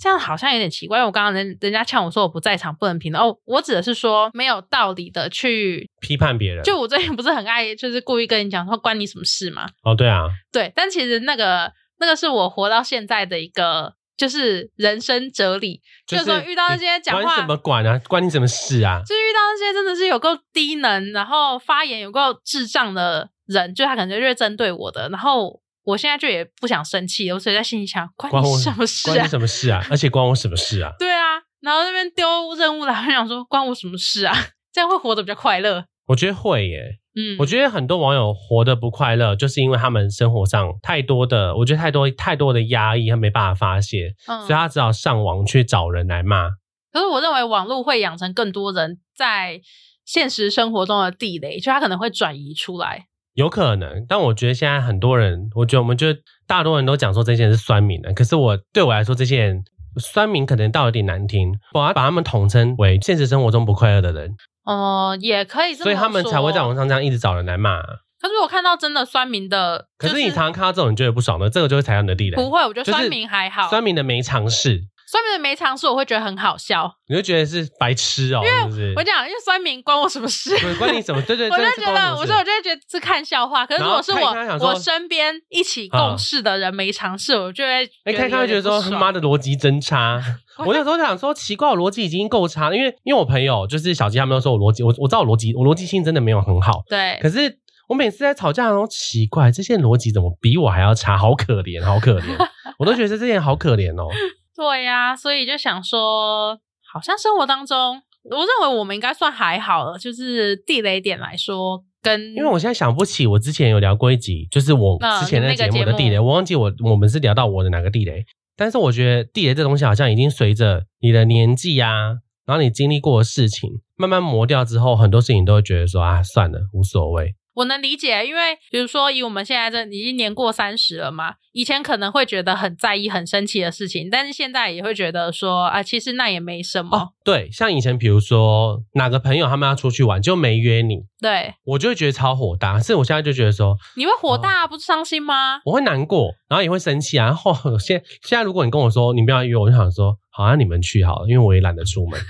S1: 这样好像有点奇怪。因为我刚刚人人家呛我说我不在场不能评论哦，我指的是说没有道理的去，
S2: 批判别人？
S1: 就我最近不是很爱就是故意跟你讲说关你什么事嘛，
S2: 哦，对啊，
S1: 对，但其实那个那个是我活到现在的一个。就是人生哲理，就是说遇到那些讲话
S2: 你管什么管啊，关你什么事啊？
S1: 就是遇到那些真的是有够低能，然后发言有够智障的人，就他可能就会针对我的。然后我现在就也不想生气，我所以在心里想，关
S2: 关
S1: 你
S2: 我
S1: 什么事
S2: 关
S1: 啊
S2: 你？什么 事啊？而且关我什么事啊？
S1: 对啊，然后那边丢任务来，我想说关我什么事啊？这样会活得比较快乐。
S2: 我觉得会耶，
S1: 嗯，
S2: 我觉得很多网友活得不快乐，就是因为他们生活上太多的，我觉得太多太多的压抑，他没办法发泄，
S1: 嗯
S2: 所以他只好上网去找人来骂。
S1: 可是我认为网络会养成更多人在现实生活中的地雷，就他可能会转移出来。
S2: 有可能，但我觉得现在很多人，我觉得我们就大多人都讲说这些人是酸民的，可是我对我来说，这些人酸民可能倒有点难听，我要把他们统称为现实生活中不快乐的人，
S1: 哦、也可以这么
S2: 所以他们才会在网
S1: 说。
S2: 上这样一直找人来骂。啊
S1: 可是我看到真的酸民的，
S2: 可
S1: 就是
S2: 你常常看到这种，你觉得不爽的，这个就会踩到你的地雷。
S1: 不会，我觉得
S2: 就是
S1: 酸民还好。
S2: 酸民的没尝试，
S1: 酸民的没尝试，我会觉得很好笑。
S2: 你就觉得是白痴哦、是不是
S1: 我？讲，因为酸民关我什么事？
S2: 对 关你什么？对对，
S1: 我就
S2: 真的是
S1: 觉
S2: 关
S1: 得，
S2: 我
S1: 我
S2: 什
S1: 说
S2: 么
S1: 我
S2: 事
S1: 就会觉得是看笑话。可是如
S2: 然
S1: 果
S2: 后
S1: 是
S2: 看一
S1: 我
S2: 看想说
S1: 我身边一起共事的人没尝试，我就会
S2: 哎，看一看会觉得说他妈
S1: 的
S2: 的逻辑真差。 我那时候想说，奇怪，我逻辑已经够差了，因为因为我朋友就是小鸡他们都说我逻辑，我我知道我逻辑，我逻辑性真的没有很好，
S1: 对
S2: 可是我每次在吵架的时候，奇怪这些人逻辑怎么比我还要差，好可怜，好可怜，我都觉得这些人好可怜哦。
S1: 对呀、所以就想说，好像生活当中，我认为我们应该算还好了，就是地雷点来说，跟
S2: 因为我现在想不起我之前有聊过一集，就是我
S1: 嗯
S2: 之前
S1: 那
S2: 那
S1: 个
S2: 节目的
S1: 节目
S2: 地雷，我忘记我我们是聊到我的哪个地雷，但是我觉得地雷这东西好像已经随着你的年纪啊，然后你经历过的事情慢慢磨掉之后，很多事情都会觉得说啊算了，无所谓。
S1: 我能理解，因为比如说以我们现在这已经年过三十了嘛，以前可能会觉得很在意、很生气的事情，但是现在也会觉得说啊，其实那也没什么。
S2: 哦，对，像以前比如说哪个朋友他们要出去玩就没约你，
S1: 对，
S2: 我就会觉得超火大，是我现在就觉得说
S1: 你会
S2: 哦
S1: 火大、不是伤心吗？
S2: 我会难过，然后也会生气啊。然后现现在如果你跟我说你不要约我，我就想说好啊，你们去好了，因为我也懒得出门，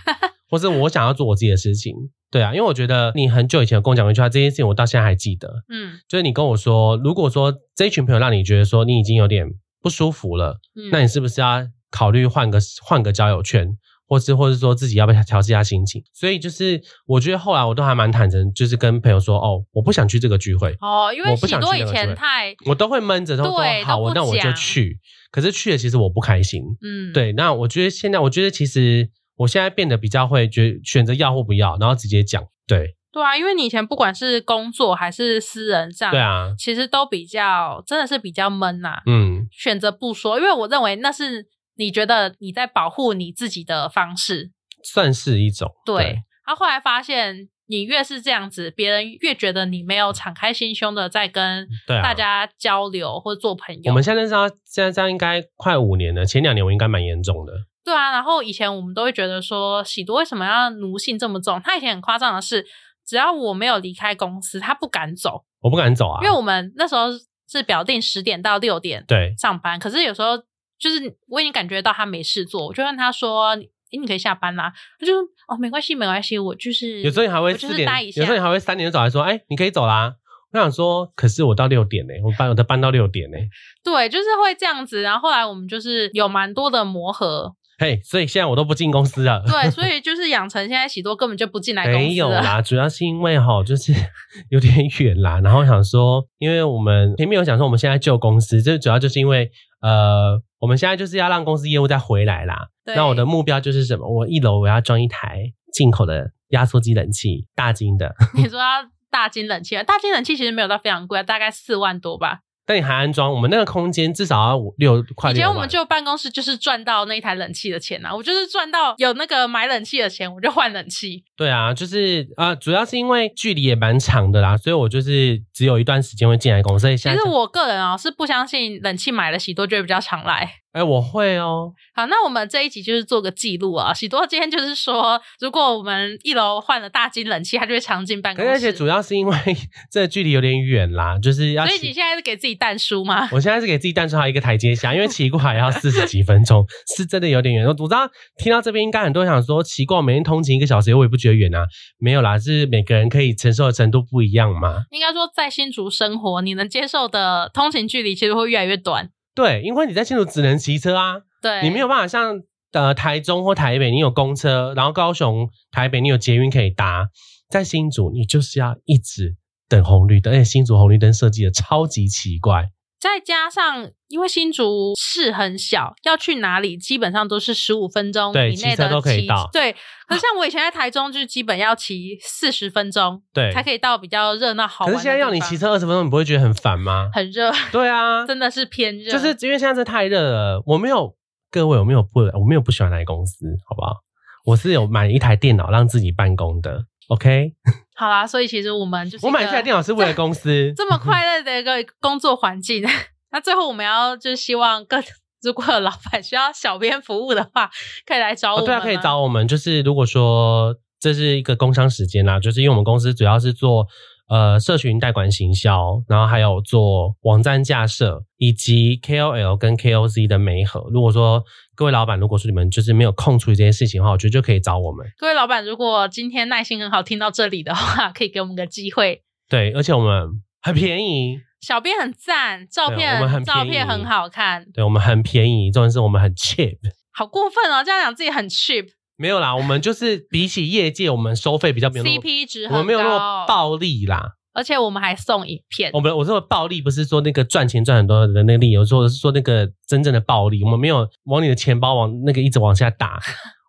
S2: 或是我想要做我自己的事情。对啊，因为我觉得你很久以前有跟我讲过一句话，这件事情我到现在还记得，
S1: 嗯
S2: 就是你跟我说，如果说这一群朋友让你觉得说你已经有点不舒服了，
S1: 嗯，
S2: 那你是不是要考虑换个换个交友圈，或是或是说自己要不要调试一下心情？所以就是我觉得后来我都还蛮坦诚，就是跟朋友说哦，我不想去这个聚会，
S1: 哦，因为
S2: 我不
S1: 喜
S2: 想
S1: 多
S2: 去
S1: 以
S2: 那个聚
S1: 前
S2: 会
S1: 太
S2: 我都会闷着，都说
S1: 对
S2: 好，
S1: 都不
S2: 我那我就
S1: 讲
S2: 去。可是去了，其实我不开心。
S1: 嗯，
S2: 对，那我觉得现在，我觉得其实我现在变得比较会觉选择要或不要，然后直接讲。对，
S1: 对啊，因为你以前不管是工作还是私人上，
S2: 对啊，
S1: 其实都比较真的是比较闷呐、
S2: 嗯，
S1: 选择不说，因为我认为那是你觉得你在保护你自己的方式。
S2: 算是一种。
S1: 对，他后来发现，你越是这样子，别人越觉得你没有敞开心胸的在跟
S2: 对啊
S1: 大家交流或做朋友。
S2: 我们现在认识到现在这样应该快五年了，前两年我应该蛮严重的。
S1: 对啊，然后以前我们都会觉得说，喜多为什么要奴性这么重？他以前很夸张的是，只要我没有离开公司，他不敢走，
S2: 我不敢走啊，
S1: 因为我们那时候是表定十点到六点
S2: 对
S1: 上班，可是有时候就是我已经感觉到他没事做，我就跟他说：“诶你可以下班啦。”他就说哦，没关系，没关系，我就是
S2: 有时候你还
S1: 嗯我
S2: 会
S1: 就
S2: 四
S1: 是
S2: 点
S1: 待一，下
S2: 有时候你还会三点就走来说，哎、你可以走啦。我想说，可是我到六点呢、我搬我的搬到六点呢、
S1: 对，就是会这样子。然后后来我们就是有蛮多的磨合，
S2: 嘿，所以现在我都不进公司了。
S1: 对，所以就是养成现在喜多根本就不进来公
S2: 没
S1: 司
S2: 有
S1: 了，
S2: 啦，主要是因为哈，就是 有点远啦，然后想说，因为我们前面有讲说我们现在旧公司，这主要就是因为呃，我们现在就是要让公司业务再回来啦。
S1: 对
S2: 那我的目标就是什么？我一楼我要装一台进口的压缩机冷气，大金的。
S1: 你说要大金冷气，啊大金冷气其实没有到非常贵，啊大概四万多吧。
S2: 但你还安装，我们那个空间至少要五六快
S1: 以
S2: 六
S1: 前
S2: 万。
S1: 我们就办公室就是赚到那一台冷气的钱啊，我就是赚到有那个买冷气的钱，我就换冷气。
S2: 对啊，就是啊、呃主要是因为距离也蛮长的啦，所以我就是只有一段时间会进来公司。所以
S1: 其
S2: 现在
S1: 实
S2: 想，
S1: 我个人哦是不相信冷气买了喜多就会比较常来。
S2: 哎、我会哦，
S1: 好，那我们这一集就是做个记录啊。喜多今天就是说，如果我们一楼换了大金冷气，他就会常进办
S2: 可
S1: 公
S2: 是
S1: 室。
S2: 而且主要是因为 这距离有点远啦，就是要
S1: 所以
S2: 骑
S1: 你现在是给自己淡书吗？
S2: 我现在是给自己淡出好一个台阶下，因为骑过来要四十几分钟，是真的有点远。我知道听到这边应该很多人想说，奇怪，我每天通勤一个小时，我也不觉得远啊。没有啦，是每个人可以承受的程度不一样嘛。
S1: 应该说，在新竹生活，你能接受的通勤距离其实会越来越短。
S2: 对，因为你在新竹只能骑车啊，
S1: 对，
S2: 你没有办法像呃台中或台北，你有公车，然后高雄、台北你有捷运可以搭，在新竹你就是要一直等红绿灯，而且新竹红绿灯设计的超级奇怪。
S1: 再加上，因为新竹市很小，要去哪里基本上都是十五分钟
S2: 对
S1: 以内
S2: 骑车
S1: 的
S2: 都可以
S1: 骑
S2: 到
S1: 对，可是像我以前在台中，就是基本要骑四十分钟
S2: 对，
S1: 才可以到比较热闹好
S2: 可
S1: 玩
S2: 是
S1: 的地
S2: 现
S1: 方。
S2: 在要你骑车二十分钟，你不会觉得很烦吗？
S1: 很热，
S2: 对啊，
S1: 真的是偏热，
S2: 就是因为现在真的太热了，我没有各位，我没有不我没有不喜欢来公司，好不好？我是有买一台电脑让自己办公的，OK？
S1: 好啦。所以其实我们就是
S2: 我买
S1: 一
S2: 这
S1: 个
S2: 台电脑是为了公司，
S1: 这么快乐的一个工作环境。 那最后我们要就是希望各如果有老板需要小编服务的话，可以来找我
S2: 哦，
S1: 们、
S2: 对啊，可以。找我们。就是如果说这是一个工商时间啦，就是因为我们公司主要是做呃社群代管行销，然后还有做网站架设以及 KOL 跟 KOC 的媒合。如果说各位老板，如果说你们就是没有空处理这些事情的话，我觉得就可以找我们。
S1: 各位老板，如果今天耐心很好，听到这里的话，可以给我们个机会。
S2: 对，而且我们很便宜，
S1: 小编很赞，照
S2: 对啊
S1: 片
S2: 我们很便宜
S1: 照片很好看，
S2: 对我们很便宜，重点是我们很 cheap。
S1: 好过分哦！这样讲自己很 cheap，CP
S2: 没有啦，我们就是比起业界，我们收费比较没有那么，
S1: 值
S2: 我
S1: 很
S2: 们没有那么哦
S1: 高，
S2: 暴利啦。
S1: 而且我们还送影片
S2: 我。们我说的暴利不是说那个赚钱赚很多的那个利，我说的是说那个真正的暴利，我们没有往你的钱包往那个一直往下 打。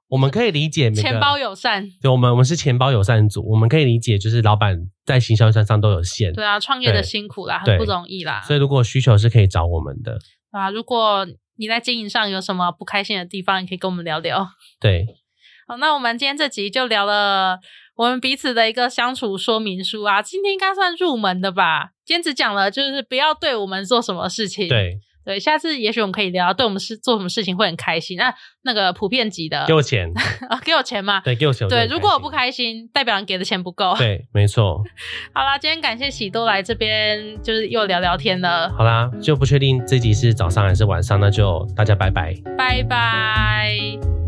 S2: 我们可以理解每个
S1: 钱包友善，
S2: 对，我们我们是钱包友善组，我们可以理解，就是老板在行销预算上都有限，
S1: 对啊，创业的
S2: 对
S1: 辛苦啦，
S2: 对
S1: 很不容易啦。
S2: 所以如果有需求是可以找我们的。
S1: 对啊，如果你在经营上有什么不开心的地方，你可以跟我们聊聊。
S2: 对，
S1: 好，那我们今天这集就聊了我们彼此的一个相处说明书啊，今天应该算入门的吧。今天只讲了就是不要对我们做什么事情，
S2: 对，
S1: 对，下次也许我们可以聊到对我们是做什么事情会很开心。那那个普遍级的
S2: 给我钱，
S1: 啊，给我钱嘛。
S2: 对，给我钱。
S1: 对，
S2: 我就很
S1: 如果我
S2: 开心
S1: 不，开心，代表你给的钱不够。
S2: 对，没错。
S1: 好啦，今天感谢喜多来这边，就是又聊聊天了，
S2: 好啦，就不确定这集是早上还是晚上，那就大家拜拜。
S1: 拜拜。